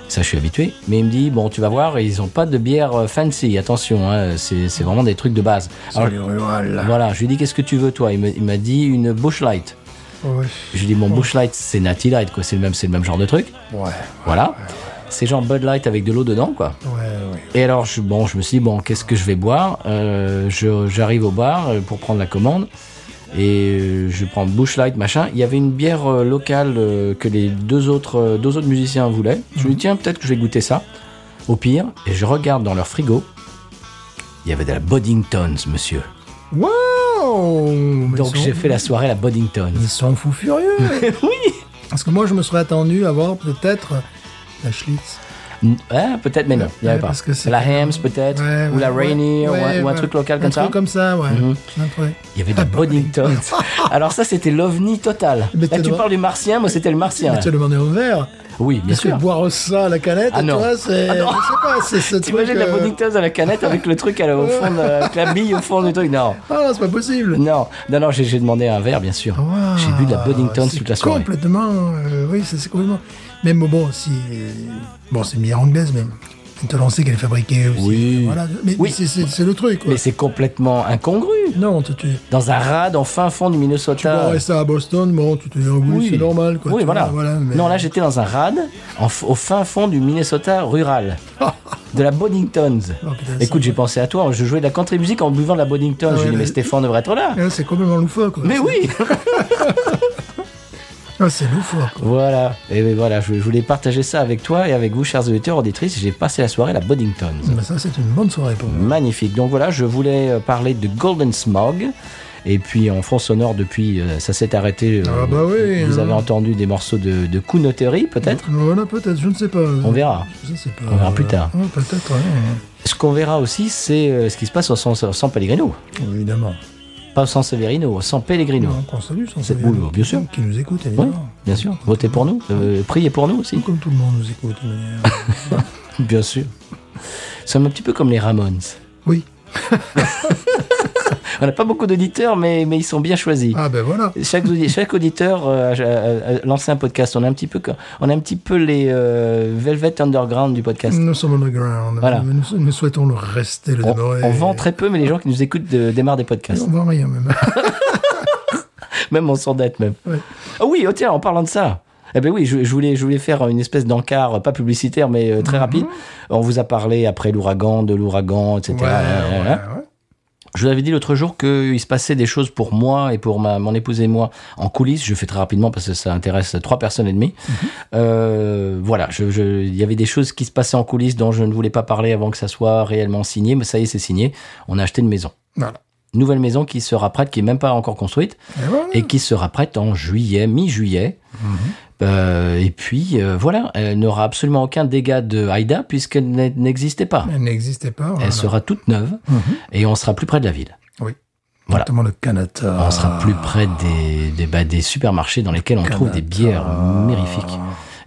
Ça, je suis habitué. Mais il me dit, bon, tu vas voir, ils ont pas de bière euh, fancy. Attention, hein, c'est c'est vraiment des trucs de base. Alors,
C'est le rural.
voilà, je lui ai dit, qu'est-ce que tu veux, toi Il me- il m'a dit une Bush Light.
Ouais.
Je lui dis,
Oh.
bon, Bush Light, c'est Natty Light, quoi. C'est le même, c'est le même genre de truc.
Ouais.
Voilà. C'est genre Bud Light avec de l'eau dedans, quoi.
Ouais, ouais.
Et alors, je, bon, je me suis dit, bon, qu'est-ce que je vais boire Euh, je- J'arrive au bar euh, pour prendre la commande. Et euh, je prends Bush Light, machin. Il y avait une bière euh, locale euh, que les deux autres, euh, deux autres musiciens voulaient. Je
Mhm.
me dis, tiens, peut-être que je vais goûter ça. Au pire, et je regarde dans leur frigo. Il y avait de la Boddingtons, monsieur.
Wow Mais
Donc
ils sont-
j'ai fait la soirée à la Boddingtons.
Ils sont fous furieux.
oui
Parce que moi, je me serais attendu à voir peut-être la Schlitz.
Mm, ah, peut-être, mais non, il n'y avait
Ouais,
pas.
parce que c'est-
la Hams, peut-être,
Ouais,
ou
ouais,
la
ouais.
Rainier, ou, un,
Ouais,
ou un
ouais.
truc local comme
Un
ça.
truc comme ça, ouais.
Mhm.
Un truc.
Il y avait de la Boddington. Alors, ça, c'était l'ovni total.
Mais
Là,
t'es
tu
droit.
parles du martien, moi, c'était le martien.
Mais Tu as demandé au verre.
Oui, bien
Parce que
sûr.
boire ça à la canette,
Ah
tu
non.
vois, c'est. je sais pas, c'est ce truc.
T'imagines la
euh,
Boddington dans la canette avec le truc à la- au fond, de, avec la bille au fond du truc. Non,
Ah, c'est pas possible.
non, non, non, j'ai j'ai demandé un verre, bien sûr.
Waouh,
J'ai bu de la Boddington
Ah, c'est
toute la soirée.
Complètement, euh, oui, c'est c'est complètement. Même bon, si euh, bon, c'est une bière anglaise, mais maintenant on sait qu'elle est fabriquée aussi.
Oui.
Voilà, mais
Oui.
mais c'est- c'est c'est le truc. Quoi.
Mais c'est complètement incongru.
Non, tu, tu,
Dans un rad en fin fond du Minnesota.
boirais ça à Boston, bon, tu te dis oh, oui, c'est normal. Quoi,
oui,
tu vois,
voilà.
mais-
Non, là, j'étais dans un rad en f- au fin fond du Minnesota rural,
Ah,
de la Boddingtons.
Oh, putain,
Écoute,
ça-
j'ai pensé à toi. Je jouais de la country music en buvant de la Boddington. je
ouais,
dit, mais
mais-
Stéphane devrait être là.
Hein, C'est complètement loufoque. Quoi.
Mais oui
Ah, c'est loufoque. quoi.
Voilà. Et ben voilà, je, je voulais partager ça avec toi et avec vous, chers auditeurs, auditrices. J'ai passé la soirée à la Boddingtons.
Mais ça, c'est une bonne soirée pour moi.
Magnifique. Donc voilà, je voulais euh, parler de Golden Smog. Et puis en fond sonore, depuis, euh, ça s'est arrêté. euh,
Ah bah oui,
Vous
hein. Mm.
avez entendu des morceaux de, de Kunoterie, peut-être
Voilà, peut-être, je ne sais pas.
On verra.
Je sais pas.
On verra plus tard.
Ouais, peut-être, hein. ouais.
Ce qu'on verra aussi, c'est euh, ce qui se passe au San, San Pellegrino.
évidemment.
Pas au San Severino, au San Pellegrino.
Donc, on salue son
C'est-
Seigneur,
oui, bien sûr.
Qui nous écoute,
Oui,
évidemment.
bien sûr. Votez pour nous. euh, priez pour nous aussi.
Comme tout le monde nous écoute. de manière-
Bien sûr. Nous sommes un petit peu comme les Ramones.
oui.
On n'a pas beaucoup d'auditeurs, mais, mais ils sont bien choisis.
Ah ben voilà.
Chaque, audi- chaque auditeur euh, a, a- a lancé un podcast. On a un petit peu, co- on a un petit peu les euh, Velvet Underground du podcast.
Nous sommes underground.
Voilà.
Nous, nous souhaitons le rester, le
On,
demeurer.
on vend très peu, mais les gens qui nous écoutent de- démarrent des podcasts.
On vend rien, même.
Même en surdette, même.
Ouais.
Ah oui, oh tiens, en parlant de ça. Eh ben oui, je, je voulais, je voulais faire une espèce d'encart, euh, pas publicitaire, mais euh, très
Mm-hmm.
rapide. On vous a parlé après l'ouragan, de l'ouragan, Hein, etc.
Ouais,
Voilà,
ouais,
voilà.
ouais.
Je vous avais dit l'autre jour qu'il se passait des choses pour moi et pour ma, mon épouse et moi en coulisses. Je fais très rapidement parce que ça intéresse trois personnes et demie. Euh, voilà, je- je- il y avait des choses qui se passaient en coulisses dont je ne voulais pas parler avant que ça soit réellement signé. Mais ça y est, c'est signé. On a acheté une maison.
Voilà.
Nouvelle maison qui sera prête, qui n'est même pas encore construite
Et voilà.
et qui sera prête en juillet, mi-juillet. Euh, et puis euh, voilà, elle n'aura absolument aucun dégât de Haïda puisqu'elle n'est- n'existait pas.
Elle n'existait pas.
Elle sera toute neuve et on sera plus près de la ville.
Oui.
Voilà.
Notamment le Canada.
On sera plus près des, des, bah, des supermarchés dans lesquels on trouve des bières mérifiques.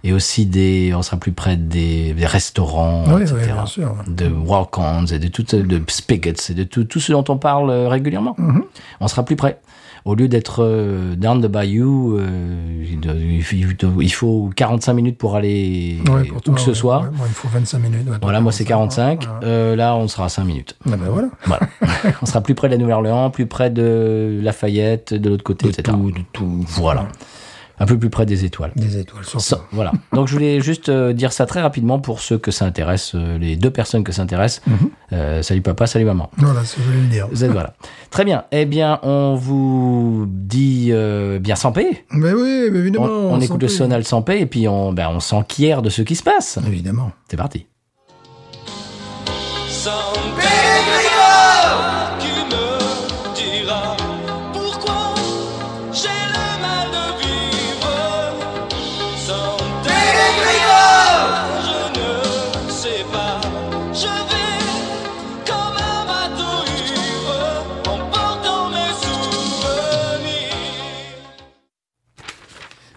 Et aussi des, on sera plus près des, des restaurants,
Oui,
etc.
oui, bien sûr.
De walk-ons et de tout, de spigots et de tout, tout ce dont on parle euh, régulièrement.
Mhm.
On sera plus près. Au lieu d'être euh, down the bayou, euh, il doit- il faut- il faut 45 minutes pour aller
Ouais,
où
pour toi,
que ce
ouais,
soit.
ouais, moi, il faut 25 minutes. ouais,
Voilà,
donc,
moi c'est 45.
voilà.
Euh, là, on sera à 5 minutes.
Ah ben voilà.
Voilà. on sera plus près de la Nouvelle-Orléans, plus près de Lafayette, de l'autre côté, etc. Voilà. Un peu plus près des étoiles.
Des étoiles sur
Ça,
ça.
voilà. Donc je voulais juste euh, dire ça très rapidement pour ceux que ça intéresse, euh, les deux personnes que ça intéresse. Euh, salut papa, salut maman.
Voilà, c'est ce que je voulais le dire.
Vous êtes voilà. Très bien. Eh bien, on vous dit euh, bien sans paix.
Mais oui, mais
On,
évidemment.
on écoute le
s'en
sonal Eh ben, sans paix et puis on, ben, on s'enquiert de ce qui se passe.
plaît. Évidemment.
C'est parti.
San Pellegrino, tu me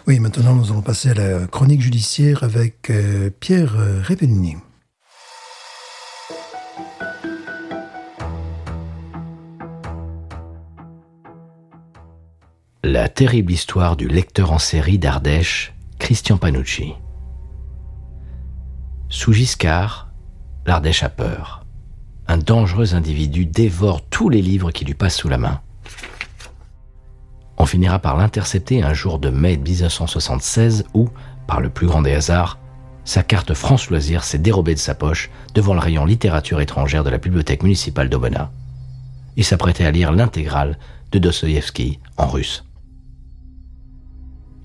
Oui, maintenant nous allons passer à la chronique judiciaire avec euh, Pierre euh, Répellini.
La terrible histoire du lecteur en série d'Ardèche, Christian Panucci. Sous Giscard, l'Ardèche a peur. Un dangereux individu dévore tous les livres qui lui passent sous la main. On finira par l'intercepter un jour de mai 1976 où, par le plus grand des hasards, sa carte France Loisirs s'est dérobée de sa poche devant le rayon littérature étrangère de la bibliothèque municipale d'Aubenas. Il s'apprêtait à lire l'intégrale de Dostoïevski en russe.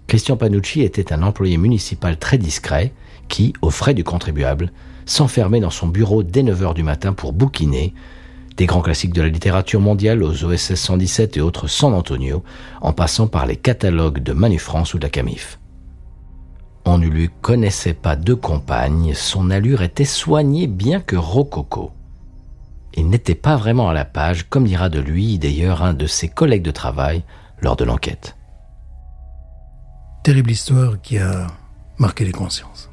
Christian Panucci était un employé municipal très discret qui, aux frais du contribuable, s'enfermait dans son bureau dès 9h du matin pour bouquiner, des grands classiques de la littérature mondiale aux OSS 117 et autres San Antonio, en passant par les catalogues de Manufrance ou de la Camif. On ne lui connaissait pas de compagne, son allure était soignée bien que rococo. Il n'était pas vraiment à la page, comme dira de lui d'ailleurs un de ses collègues de travail lors de l'enquête.
Terrible histoire qui a marqué les consciences.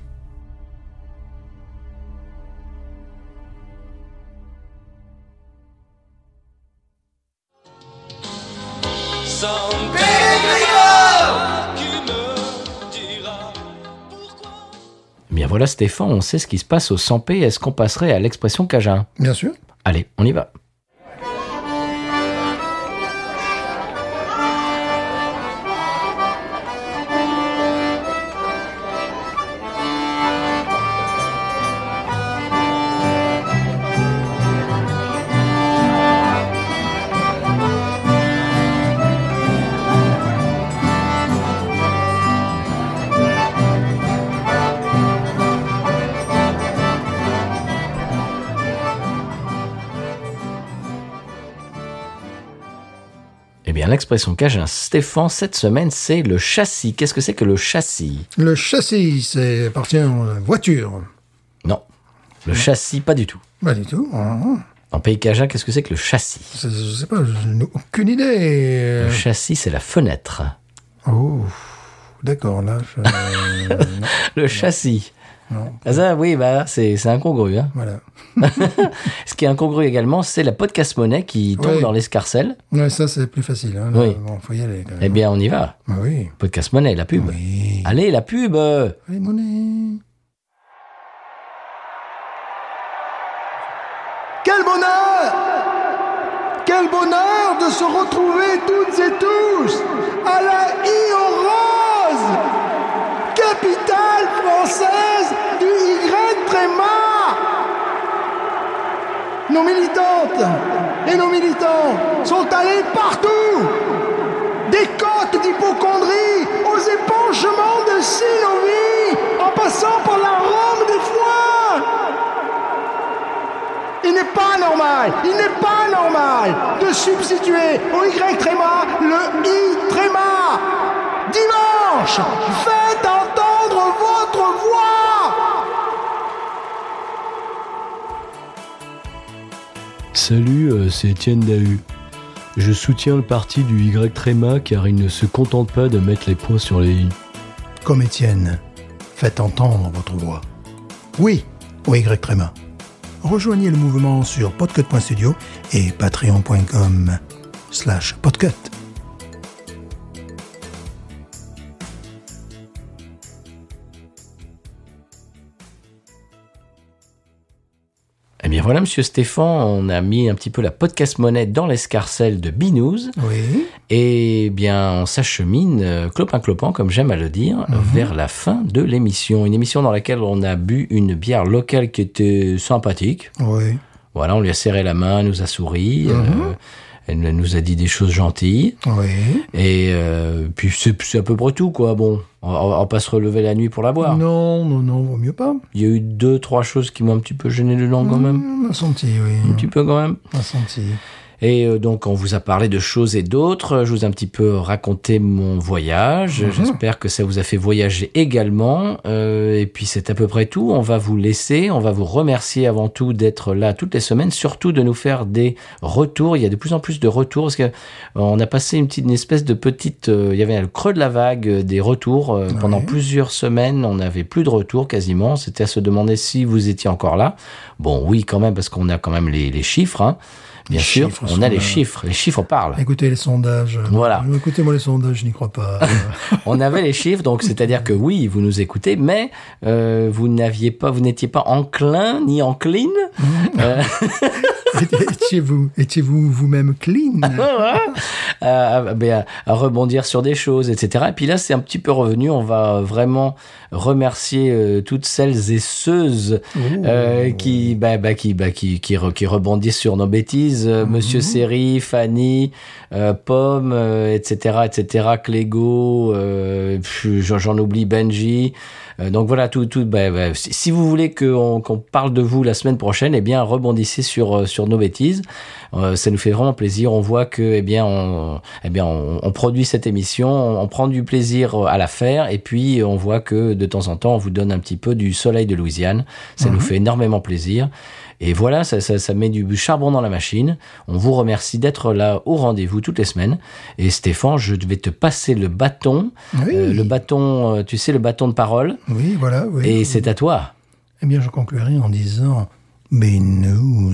Son pègre qui me dira pourquoi.
Bien voilà, Stéphane, on sait ce qui se passe au 100p. Est-ce qu'on passerait à l'expression Cajun
Bien sûr.
Allez, on y va. Eh bien, l'expression Cajun, Stéphane, cette semaine, c'est le châssis. Qu'est-ce que c'est que le châssis
Le châssis, c'est appartient à la voiture.
Non, le châssis, pas du tout.
Pas du tout. hein.
En pays Cajun, qu'est-ce que c'est que le châssis
C'est- Je sais pas, je n'ai aucune idée.
Le châssis, c'est la fenêtre.
Oh, d'accord, là, je- euh, non,
Le châssis. Ah ça, oui, bah, c'est c'est incongru. Hein.
voilà.
Ce qui est incongru également, c'est la podcast monnaie qui tombe
Oui.
dans l'escarcelle.
Ouais, ça, c'est plus facile. Hein, là,
Oui.
Bon, faut y aller. Quand même.
Eh bien, on y va.
Ah oui.
Podcast monnaie, la pub.
Oui.
Allez, la pub
Allez, monnaie.
Quel bonheur Quel bonheur de se retrouver toutes et tous à la IO Rose Capitale française du Y Tréma Nos militantes et nos militants sont allés partout des côtes d'hypocondrie aux épanchements de Sinovie en passant par la Rome des foins il n'est pas normal, il n'est pas normal de substituer au Y tréma le I tréma. Dimanche, faites entendre votre voix.
Salut, euh, c'est Étienne Dahu. Je soutiens le parti du Y Tréma car il ne se contente pas de mettre les points sur les i.
Comme Étienne, faites entendre votre voix. Oui, au Y Tréma. Rejoignez le mouvement sur podcut.studio et patreon.com slash podcut.
Eh bien voilà, monsieur Stéphane, on a mis un petit peu la podcast monnaie dans l'escarcelle de Binous.
Oui.
Et bien, on s'achemine, euh, clopin clopin, comme j'aime à le dire, vers la fin de l'émission. Une émission dans laquelle on a bu une bière locale qui était sympathique.
Oui.
Voilà, on lui a serré la main, elle nous a souri, euh, elle nous a dit des choses gentilles.
Oui.
Et euh, puis c'est c'est à peu près tout, quoi. Bon, on, on va pas se relever la nuit pour la boire.
Non, non, non, vaut mieux pas.
Il y a eu
Mhm.
deux, trois choses qui m'ont un petit peu gêné le long, quand même.
On a Mm, senti, oui.
Un petit peu, quand même.
On a senti.
Et euh, donc, on vous a parlé de choses et d'autres. Je vous ai un petit peu raconté mon voyage. J'espère que ça vous a fait voyager également. Euh, et puis, c'est à peu près tout. On va vous laisser. On va vous remercier avant tout d'être là toutes les semaines, surtout de nous faire des retours. Il y a de plus en plus de retours parce que euh, on a passé une petite une espèce de petite. euh, il y avait le creux de la vague euh, des retours euh, pendant plusieurs semaines. On n'avait plus de retours quasiment. C'était à se demander si vous étiez encore là. Bon, oui, quand même, parce qu'on a quand même les, les chiffres. hein. Bien
Les
sûr,
chiffres
on
sont
a les
là.
chiffres. Les chiffres parlent.
Écoutez les sondages.
Voilà.
Euh, Écoutez-moi les sondages, je n'y crois pas. Euh,
on avait les chiffres, donc c'est-à-dire que oui, vous nous écoutez, mais euh, vous n'aviez pas, vous n'étiez pas enclin ni encline. euh,
Étiez-vous étiez-vous vous-même clean
hein, à, à- ben, à- à rebondir sur des choses, etc. Et puis là, c'est un petit peu revenu. On va vraiment remercier euh, toutes celles et ceux
Oh,
euh, qui, bah, bah, qui, bah, qui, qui, re- qui rebondissent sur nos bêtises. Euh, Monsieur Seri, Fanny, euh, Pomme, euh, etc., etc., Clégo, euh, pff, j'en j'en oublie Benji. Euh, donc voilà, tout, tout, bah, bah, si si vous voulez qu'on qu'on parle de vous la semaine prochaine, eh bien, rebondissez sur, euh, sur nos bêtises. Euh, ça nous fait vraiment plaisir. On voit que, eh bien, on, eh bien, on, on produit cette émission, on, on prend du plaisir euh, à la faire, et puis euh, on voit que de temps en temps, on vous donne un petit peu du soleil de Louisiane. Ça
Mhm.
nous fait énormément plaisir. Et voilà, ça, ça, ça met du charbon dans la machine. On vous remercie d'être là au rendez-vous toutes les semaines. Et Stéphane, je vais te passer le bâton.
Oui.
Euh, le bâton, euh, tu sais, le bâton de parole.
Oui, voilà. Oui.
Et c'est à toi.
Eh bien, je conclurai en disant, mais nous.